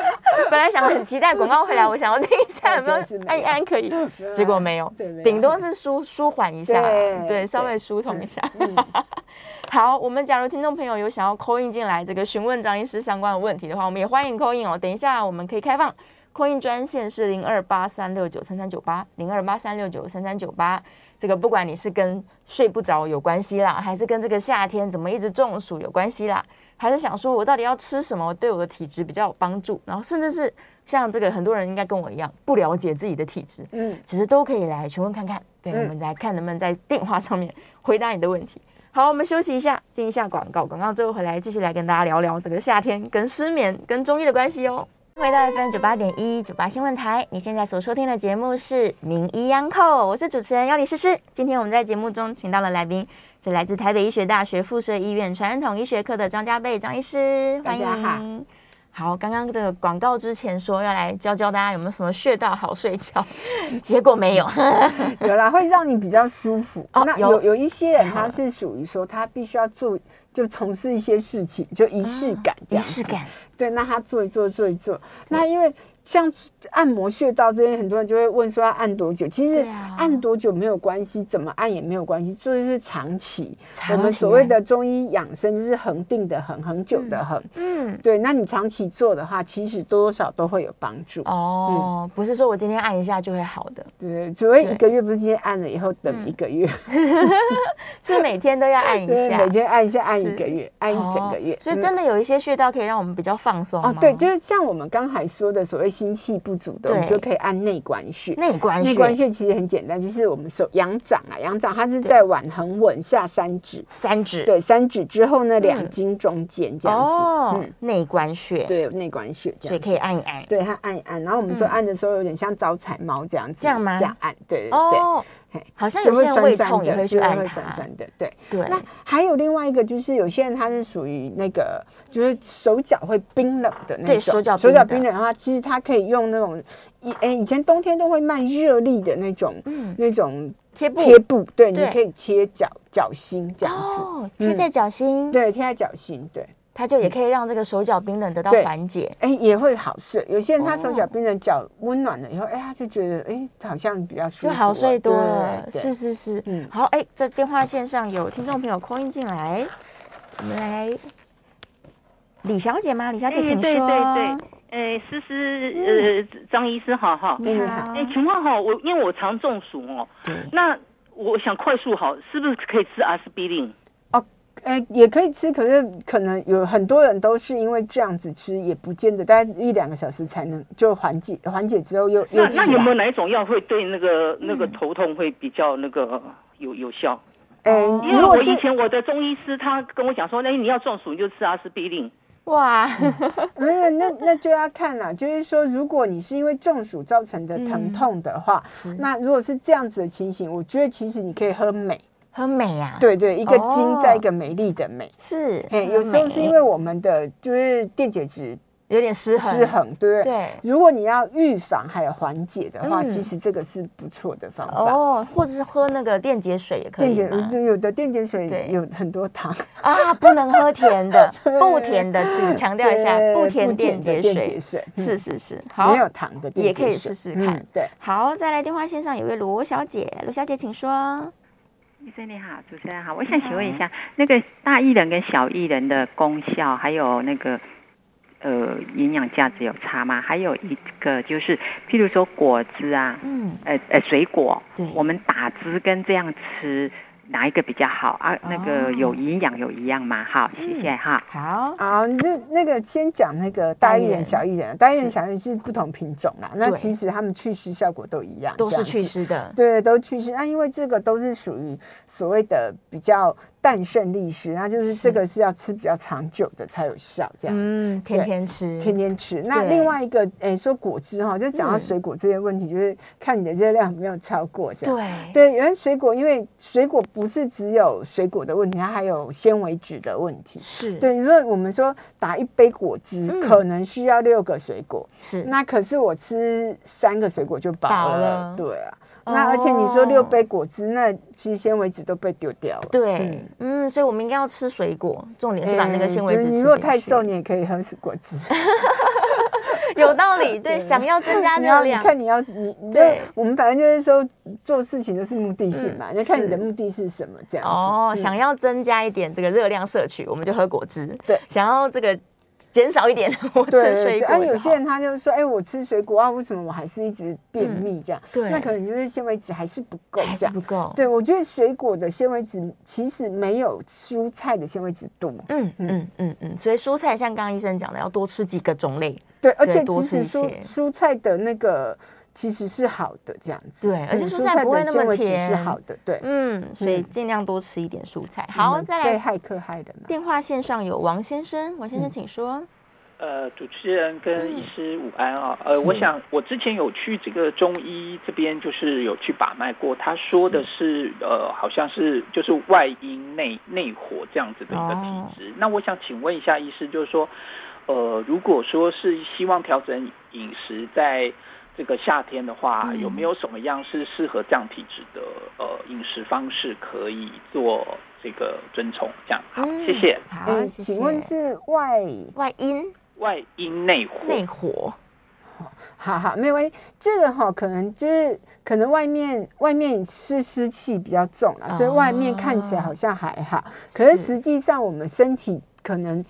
S1: 本来想很期待广告回来，我想要听一下有没有
S2: 就是没有
S1: 按一按可以，结果没有
S2: 啊对没，有
S1: 顶多是舒舒缓一下啦，
S2: 对
S1: 对，稍微
S2: 对
S1: 疏通一下。
S2: 嗯
S1: [LAUGHS] 好，我们假如听众朋友有想要扣印进来，这个询问张医师相关的问题的话，我们也欢迎扣印哦。等一下我们可以开放扣印专线是零二八三六九三三九八零二八三六九三三九八。这个不管你是跟睡不着有关系啦，还是跟这个夏天怎么一直中暑有关系啦，还是想说我到底要吃什么对我的体质比较有帮助，然后甚至是像这个很多人应该跟我一样不了解自己的体质，
S2: 嗯，
S1: 其实都可以来询问看看。对，
S2: 嗯
S1: 我们来看能不能在电话上面回答你的问题。好，我们休息一下，进一下广告，广告之后回来继续来跟大家聊聊这个夏天跟失眠跟中医的关系哦。回到 FM 九八点一九八新闻台，你现在所收听的节目是《名医央叩》，我是主持人要李诗诗。今天我们在节目中请到了来宾是来自台北医学大学附设医院传统医学科的张家贝张医师，欢迎。
S2: 大家好
S1: 好，刚刚这个广告之前说要来教教大家有没有什么穴道好睡觉，结果没有。
S2: 嗯
S1: [LAUGHS]
S2: 有啦，会让你比较舒服。
S1: 哦
S2: 那
S1: 有
S2: 有有一些人
S1: 太好
S2: 他
S1: 了
S2: 是属于说他必须要做，就从事一些事情，就仪式感
S1: 啊仪
S2: 这样子。
S1: 式感，
S2: 对，那他做一做做一做，那因为像按摩穴道这些，很多人就会问说要按多久？其实
S1: 对啊
S2: 按多久没有关系，怎么按也没有关系，就是长期。我
S1: 长
S2: 们
S1: 期
S2: 所谓
S1: 按
S2: 的中医养生就是恒定的恒，恒久的恒。
S1: 嗯，
S2: 对，那你长期做的话，其实多多少都会有帮助。
S1: 哦，
S2: 嗯
S1: 不是说我今天按一下就会好的，
S2: 对，所谓一
S1: 对嗯
S2: 个月不是今天按了以后等一个月，
S1: 是每天都要按一
S2: 对，
S1: 下，
S2: 每天按一下，按
S1: 是
S2: 一个月，按一整个月
S1: 哦。所以
S2: 嗯
S1: 真的有一些穴道可以让我们比较放松吗
S2: 哦，对，就是像我们刚才说的所谓心气不足的，我们
S1: 对
S2: 就可以按内关穴。
S1: 内关
S2: 内
S1: 穴，
S2: 关穴其实很简单，就是我们手阳掌啊，阳掌它是在腕横纹下三指，
S1: 三指，
S2: 对，三指之后呢，两
S1: 嗯
S2: 筋中间这样子，
S1: 哦
S2: 嗯，，
S1: 内关穴，
S2: 对，内关穴这
S1: 所以
S2: 样。
S1: 可以按一按，
S2: 对，它按一按，然后我们说按的时候有点像招财猫这样子，
S1: 这样吗
S2: 这样按，对对对，
S1: 哦
S2: 嘿，
S1: 好像
S2: 就
S1: 有
S2: 会
S1: 些人
S2: 酸
S1: 胃
S2: 酸
S1: 痛
S2: 的
S1: 也会去
S2: 就
S1: 按
S2: 会酸
S1: 它，
S2: 酸的，对。
S1: 对，
S2: 那还有另外一个，就是有些人他是属于那个，就是手脚会冰冷的那种。
S1: 对手脚
S2: 手
S1: 冰
S2: 脚
S1: 冷
S2: 冰冷的话，其实他可以用那种以哎、以前冬天都会卖热力的那种，
S1: 嗯
S2: 那种
S1: 贴布
S2: 贴布，对，
S1: 对
S2: 你可以贴脚脚心这样子，
S1: 哦，贴
S2: 嗯
S1: 在脚心，
S2: 对，贴在脚心，对，
S1: 它就也可以让这个手脚冰冷得到
S2: 对
S1: 缓解，
S2: 哎、也会好睡。有些人他
S1: 哦
S2: 手脚冰冷，脚温暖了以后，哎、他就觉得哎、好像比较舒服
S1: 就
S2: 了，
S1: 好睡多
S2: 对
S1: 了。
S2: 对
S1: 是是是，
S2: 嗯
S1: 好，哎、在电话线上有听众朋友空音进来，我们来李小姐吗？李小姐，
S3: 哎
S1: 请说。嗯
S3: 对对对，呃，思思，呃，张医师好哈。
S1: 你
S2: 嗯
S1: 好。
S3: 哎，请问哈，我因为我常中暑哦，
S1: 对，
S3: 那我想快速好，是不是可以吃阿司匹林？
S2: 哎、也可以吃，可是可能有很多人都是因为这样子吃，也不见得，大概一两个小时才能就缓解，缓解之后又又
S3: 那
S2: 起
S3: 那
S2: 来
S3: 有没有哪一种药会对那个
S1: 嗯
S3: 那个头痛会比较那个有有效？
S2: 哎、
S1: 哦
S3: 因为
S2: 如果
S3: 我
S2: 是
S3: 以前我的中医师他跟我讲说，那哎你要中暑你就吃阿司匹林。
S1: 哇，
S3: 嗯
S1: [LAUGHS]
S2: 没有，那那就要看啦。就是说，如果你是因为中暑造成的
S1: 嗯
S2: 疼痛的话，
S1: 是
S2: 那如果是这样子的情形，我觉得其实你可以喝镁，
S1: 很美啊。，
S2: 对对，一个
S1: 哦
S2: 金在一个美丽的美。
S1: 是。
S2: 哎、
S1: 很
S2: 有时候是
S1: 美
S2: 因为我们的就是电解质
S1: 有点失衡，
S2: 失衡，对不对？
S1: 对
S2: 如果你要预防还有缓解的话，
S1: 嗯
S2: 其实这个是不错的方法。
S1: 哦，或者是喝那个电解水也可
S2: 电
S1: 以
S2: 解
S1: 吗？
S2: 就有的电解水
S1: 对
S2: 有很多糖，
S1: 啊，不能喝甜的，
S2: [LAUGHS] 对
S1: 不甜的，请 [LAUGHS] 强调一下，
S2: 对
S1: 不
S2: 不
S1: 甜
S2: 甜
S1: 电
S2: 的
S1: 解
S2: 电
S1: 水
S2: 解水嗯
S1: 是是是，好，
S2: 没有糖的电
S1: 也
S2: 解水
S1: 可以试试看
S2: 嗯对，
S1: 好，再来电话线上有位罗小姐，罗小姐请说。
S4: 医生你好，主持人好，我想请问一下，那个大薏仁跟小薏仁的功效，还有那个呃营养价值有差吗？还有一个就是，譬如说果汁啊，
S1: 嗯，
S4: 呃呃水果，
S1: 对
S4: 我们打汁跟这样吃，哪一个比较好啊？那
S1: 哦
S4: 个有营养有一样嘛？好，谢
S5: 嗯
S4: 谢哈。
S1: 好，
S2: 好，你就那个先讲那个大薏仁、小薏仁，大薏仁、小薏仁是不同品种啦。那
S1: 对
S2: 其实它们去湿效果都一样，
S1: 都是
S2: 这样子
S1: 祛湿的，
S2: 对，都去湿。那因为这个都是属于所谓的比较淡渗利湿，那就是这个是要吃比较长久的才有效，这样。
S1: 嗯，天天吃，
S2: 天天吃。那
S1: 对
S2: 另外一个，诶、说果汁哈，就讲
S1: 嗯
S2: 到水果这些问题，就是看你的热量有没有超过这样。
S1: 对
S2: 对，原来水果，因为水果不是只有水果的问题，它还有纤维质的问题。
S1: 是，
S2: 对，你说我们说打一杯果汁，
S1: 嗯
S2: 可能需要六个水果，
S1: 是
S2: 那可是我吃三个水果就饱
S1: 饱
S2: 了，
S1: 了
S2: 对啊。
S1: 哦
S2: 那而且你说六杯果汁，那其实纤维质都被丢掉了。
S1: 对，嗯，所以我们应该要吃水果，重点是把那个
S2: 嗯
S1: 纤维
S2: 就是
S1: 质
S2: 你
S1: 吃
S2: 如果
S1: 进
S2: 太瘦，
S1: 去，
S2: 你也可以喝果汁。
S1: [LAUGHS] 有道理。对，想要增加
S2: 你要
S1: 热
S2: 你
S1: 量，
S2: 看你要你你就
S1: 对
S2: 我们反正就是说做事情都是目的性嘛，
S1: 嗯
S2: 你就看你的
S1: 是
S2: 目的是什么这样子。
S1: 哦，
S2: 嗯
S1: 想要增加一点这个热量摄取，我们就喝果汁。
S2: 对
S1: 想要这个减少一点， [LAUGHS] 我吃
S2: 对
S1: 水
S2: 对，
S1: 果
S2: 啊，
S1: 就
S2: 有
S1: 好
S2: 些人他就说，哎、我吃水果啊，为什么我还是一直便
S1: 嗯
S2: 秘这样？
S1: 对
S2: 那可能就是纤维质还是不够
S1: 还
S2: 这
S1: 是
S2: 样
S1: 不。够。，
S2: 对，我觉得水果的纤维质其实没有蔬菜的纤维质多。
S1: 嗯嗯嗯嗯，所以蔬菜像刚刚医生讲的，要多吃几个种类。
S2: 对，而
S1: 对
S2: 且
S1: 多
S2: 其
S1: 吃
S2: 实
S1: 一些
S2: 蔬蔬菜的那个其实是好的，这样子。
S1: 对而且
S2: 嗯
S1: 蔬
S2: 蔬
S1: 菜
S2: 菜
S1: 不会
S2: 的
S1: 那么
S2: 纤维质是
S1: 甜
S2: 好的，对。
S1: 嗯，所以
S2: 嗯
S1: 尽量多吃一点蔬菜。
S2: 我
S1: 好，
S2: 们
S1: 再
S2: 对
S1: 来
S2: 骇客害人嘛。
S1: 电话线上有王先生，王先生请说。
S3: 呃，主持人跟医师午安啊、
S1: 嗯
S3: 呃，我想我之前有去这个中医这边，就是有去把脉过，他说的是
S1: 嗯
S3: 呃，好像是就是外阴内内火这样子的一个
S1: 哦
S3: 体质。那我想请问一下医师，就是说，呃，如果说是希望调整饮食，在这个夏天的话，
S1: 嗯
S3: 有没有什么样是适合这样体质的呃饮食方式可以做这个遵从？这样好，
S1: 嗯
S3: 谢谢。
S1: 好，谢谢
S2: 哎请问是外？
S1: 外阴
S3: 外阴内火，
S1: 内火
S2: 好好，没有关系。这个哈、可能就是可能外面外面是湿气比较重啦，所以外面看起来好像还好，可是
S1: 是
S2: 实际上我们身体可能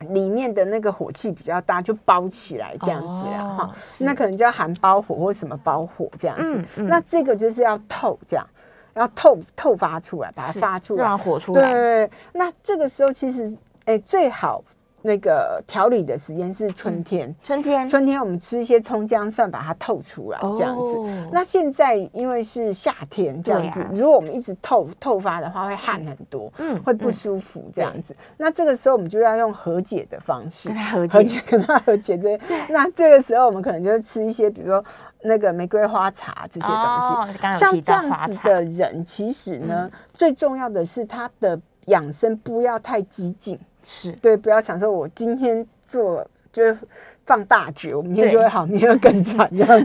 S2: 里面的那个火气比较大，就包起来这样子啦啊哈、
S1: 哦是
S2: 那可能叫含包火或什么包火这样子。
S1: 嗯嗯
S2: 那这个就是要透这样，要透透发出来，把它
S1: 是
S2: 发出来，
S1: 让它火出来。
S2: 对，那这个时候其实，哎、最好那个调理的时间是春天。
S1: 春天，
S2: 春天我们吃一些葱姜蒜，把它透出来，
S1: 哦
S2: 这样子。那现在因为是夏天这样子，
S1: 对啊
S2: 如果我们一直透透发的话，会汗很多，
S1: 嗯
S2: 会不
S1: 嗯
S2: 舒服这样子。那这个时候我们就要用和解的方式，
S1: 跟它和
S2: 和
S1: 解
S2: 解， [LAUGHS] 跟它和解对。那这个时候我们可能就吃一些，比如说那个玫瑰花茶这些东西。
S1: 哦刚刚有提
S2: 像这
S1: 到花
S2: 样子
S1: 茶，嗯
S2: 的人，其实呢，最重要的是他的养生不要太激进，
S1: 是
S2: 对，不要想说我今天做就是放大绝，我明天
S1: 对
S2: 就会好，明天会更惨这样
S1: [LAUGHS]
S2: 子，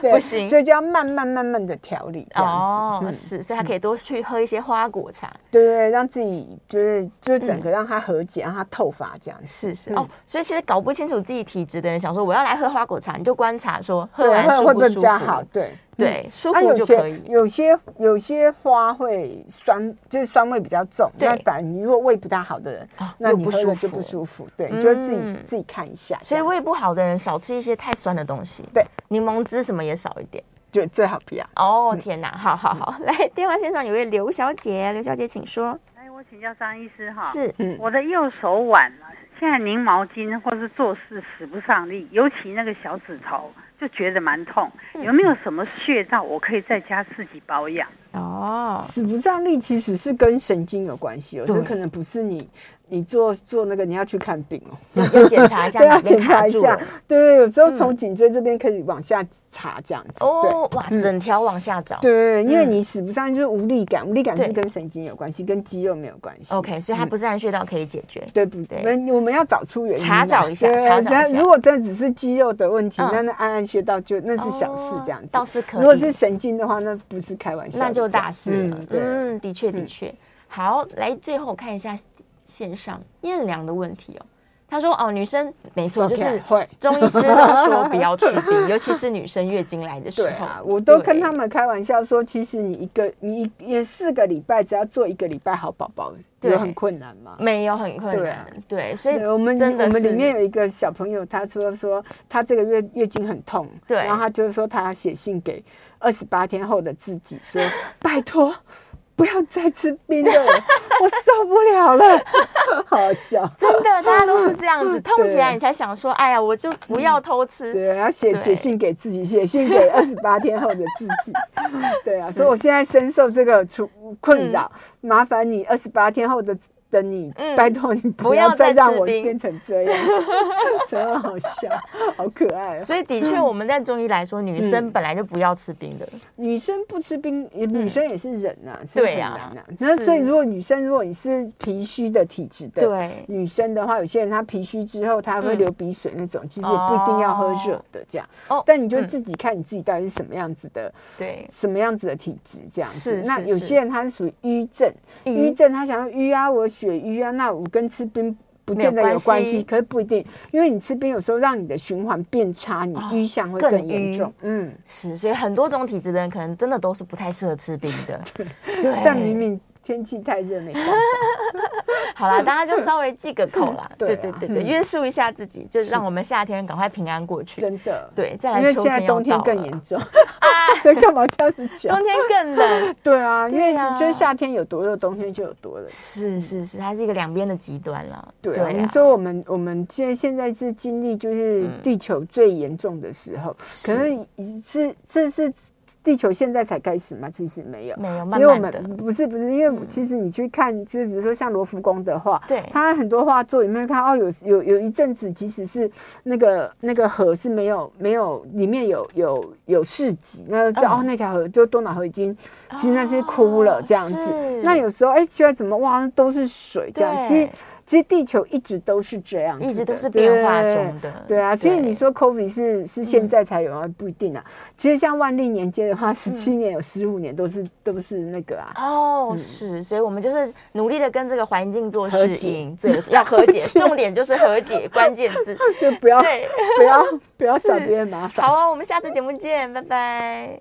S2: 对，
S1: 不行
S2: 所以就要慢慢慢慢的调理这样
S1: 哦
S2: 子，，嗯
S1: 是，所以他可以多去喝一些花果茶。
S2: 对对对，让自己就是就是整个让它和解，让它透发这样子。
S1: 嗯是是
S2: 嗯
S1: 哦，所以其实搞不清楚自己体质的人，想说我要来喝花果茶，你就观察说喝
S2: 对，
S1: 完舒
S2: 会
S1: 不
S2: 会
S1: 舒
S2: 比
S1: 服
S2: 较好，，对
S1: 对，舒
S2: 啊，
S1: 服
S2: 有
S1: 就可
S2: 些
S1: 以。
S2: 有些有些花会酸，就是酸味比较重。
S1: 对
S2: 那反正如果胃不大好的人，
S1: 啊
S2: 那
S1: 又
S2: 你
S1: 不
S2: 喝
S1: 舒
S2: 了就
S1: 服
S2: 不舒服。对，你就会自己、
S1: 嗯
S2: 自己看一下。
S1: 所以
S2: 这样
S1: 胃不好的人少吃一些太酸的东西，
S2: 对，嗯
S1: 柠檬汁什么也少一点。
S2: 就最好不要。
S1: 哦，天哪，好好好，[LAUGHS]
S2: 嗯
S1: 来电话线上有位刘小姐，刘小姐请说，
S5: 哎，我请教张医师哈，
S1: 是
S2: 嗯，
S5: 我的右手腕啊，现在拧毛巾或是做事使不上力，尤其那个小指头就觉得蛮痛。有没有什么穴道我可以在家自己保养？
S2: [LAUGHS]
S1: 哦，
S2: 使不上力其实是跟神经有关系哦，有时
S1: 对
S2: 可能不是你你做做那个你要去看病哦，
S1: 要要检查一下
S2: [LAUGHS] 对
S1: 哪
S2: 要
S1: 边
S2: 检
S1: 卡
S2: 查一
S1: 住
S2: 下
S1: 了。。嗯
S2: 对对，有时候从颈椎这边可以往下查这样子。
S1: 哦，哇，
S2: 嗯
S1: 整条往下找。
S2: 对对，对因为
S1: 嗯
S2: 你使不上力就是无力感，无力感是
S1: 对
S2: 跟神经有关系，跟肌肉没有关系。
S1: OK，所以它
S2: 嗯
S1: 不是按穴道可以解决。
S2: 对不
S1: 对
S2: 对？我们我们要找出原因
S1: 查
S2: 来，
S1: 找一下
S2: 对
S1: 查找一
S2: 但
S1: 下
S2: 如果真的只是肌肉的问题，
S1: 嗯
S2: 那那按按穴道就那是小事这样子
S1: 哦，倒是可以。
S2: 如果是神经的话，那不是开玩笑的，
S1: 那就大事了
S2: 嗯。对，
S1: 嗯，的确的确。好，来最后看一下线上燕良的问题哦。他说哦，女生没错，就
S2: OK，
S1: 是
S2: 会
S1: 中医师都说不要吃
S2: [LAUGHS]
S1: 冰，尤其是女生月经来的时
S2: 对
S1: 候
S2: 啊，。我都
S1: 对
S2: 跟他们开玩笑说，其实你一个你一也四个礼拜，只要做一个礼拜好宝宝，
S1: 对
S2: 有很困难吗？
S1: 没有很困
S2: 对
S1: 难
S2: 啊，
S1: 对，所以
S2: 对我们
S1: 真的
S2: 我们
S1: 是
S2: 里面有一个小朋友，他说说他这个月月经很痛，
S1: 对
S2: 然后他就说他写信给二十八天后的自己说，拜托 [LAUGHS] 不要再吃冰的了，我受不了了， [LAUGHS] 好笑。
S1: 真的，大家都是这样
S2: [LAUGHS]
S1: 子，痛起来你才想说，哎呀，我就不要偷吃。
S2: 对，要写
S1: 对
S2: 写信给自己，写信给二十八天后的自己。 [LAUGHS] 对啊，所以我现在深受这个出困扰，麻烦你二十八天后的的你，
S1: 嗯
S2: 拜托你
S1: 不
S2: 不
S1: 要
S2: 要再
S1: 再
S2: 让
S1: 吃
S2: 我
S1: 冰
S2: 变成这样， [LAUGHS] 真的好笑，好可爱、哦。
S1: 所以的确，我们在中医来说，女
S2: 嗯
S1: 生本来就不要吃冰的。
S2: 女生不吃冰，也女生也是人呐、是
S1: 嗯对
S2: 很
S1: 啊
S2: 难啊。那
S1: 是
S2: 所以如果女生，如果你是脾虚的体质的，
S1: 对
S2: 女生的话，有些人她脾虚之后，她会
S1: 嗯
S2: 流鼻水那种，其实也不一定要喝热的这样。
S1: 哦
S2: 但你就
S1: 嗯
S2: 自己看你自己到底是什么样子的，
S1: 对，
S2: 什么样子的体质这样子。
S1: 是
S2: 那
S1: 是
S2: 有
S1: 是嗯
S2: 些人他是属于瘀症，
S1: 瘀
S2: 瘀症他想要瘀啊，我血瘀啊，那我跟吃冰。不见得
S1: 没有
S2: 有关
S1: 关系
S2: 系，可是不一定，因为你吃冰有时候让你的循环变差，你
S1: 哦
S2: 瘀象会
S1: 更
S2: 更严
S1: 瘀
S2: 重。嗯，
S1: 是，所以很多种体质的人，可能真的都是不太适合吃冰
S2: [LAUGHS]
S1: 的。对，
S2: 但明明天气太热
S1: [LAUGHS]
S2: 没办法。
S1: 好啦，大家就稍微忌个口啦。
S2: [LAUGHS] 对
S1: 对
S2: 啊
S1: 对对对，
S2: 嗯
S1: 约束一下自己，就让我们夏天赶快平安过去。
S2: 真的，
S1: 对，啊再
S2: 因
S1: 来
S2: 为
S1: 秋
S2: 现在
S1: 天要
S2: 冬天
S1: 到
S2: 更
S1: 了
S2: 严重， [LAUGHS] 对，干嘛这样子
S1: 冬
S2: 讲？
S1: 天更
S2: [LAUGHS]
S1: 冷。
S2: 对啊，因为
S1: 啊对啊
S2: 是就是夏天有多热，冬天就有多冷。
S1: 是是是，它是一个两边的极端啦。
S2: 对啊，
S1: 啊嗯
S2: 你说我们我们现在现在是经历就是地球最严重的时候，可能是这是地球现在才开始吗？其实没有。
S1: 没有
S2: 其
S1: 慢
S2: 实我
S1: 慢的，嗯
S2: 们不嗯是不是，因为其实你去看，就是比如说像罗浮宫的画，
S1: 对
S2: 他很多画作有没有看到？哦，有有有一阵子，即使是那个那个河是没有没有里面有有有市集，那就是、
S1: 嗯哦
S2: 哦那条河就多瑙河已经其实那些枯了这样子。
S1: 是
S2: 那有时候哎，奇怪怎么哇那都是水这样？其
S1: 对
S2: 实其实地球一直都是这样子的，
S1: 一直都是变化
S2: 对
S1: 中的
S2: 对啊，所以
S1: 对
S2: 你说 COVID 是是现在才有啊，不一定啊。
S1: 嗯
S2: 其实像万历年间的话，十七年有十五年都是都是那个啊，
S1: 哦，是，所以我们就是努力的跟这个环境做
S2: 和
S1: 适
S2: 解
S1: 应，对，要和解，
S2: 解
S1: 重点就是和解，关键
S2: [LAUGHS]
S1: 字。
S2: 就不要
S1: 嗯对，啊
S2: 不要不要找
S1: 是
S2: 别人麻烦
S1: 好。哦，我们下次节目见，拜拜。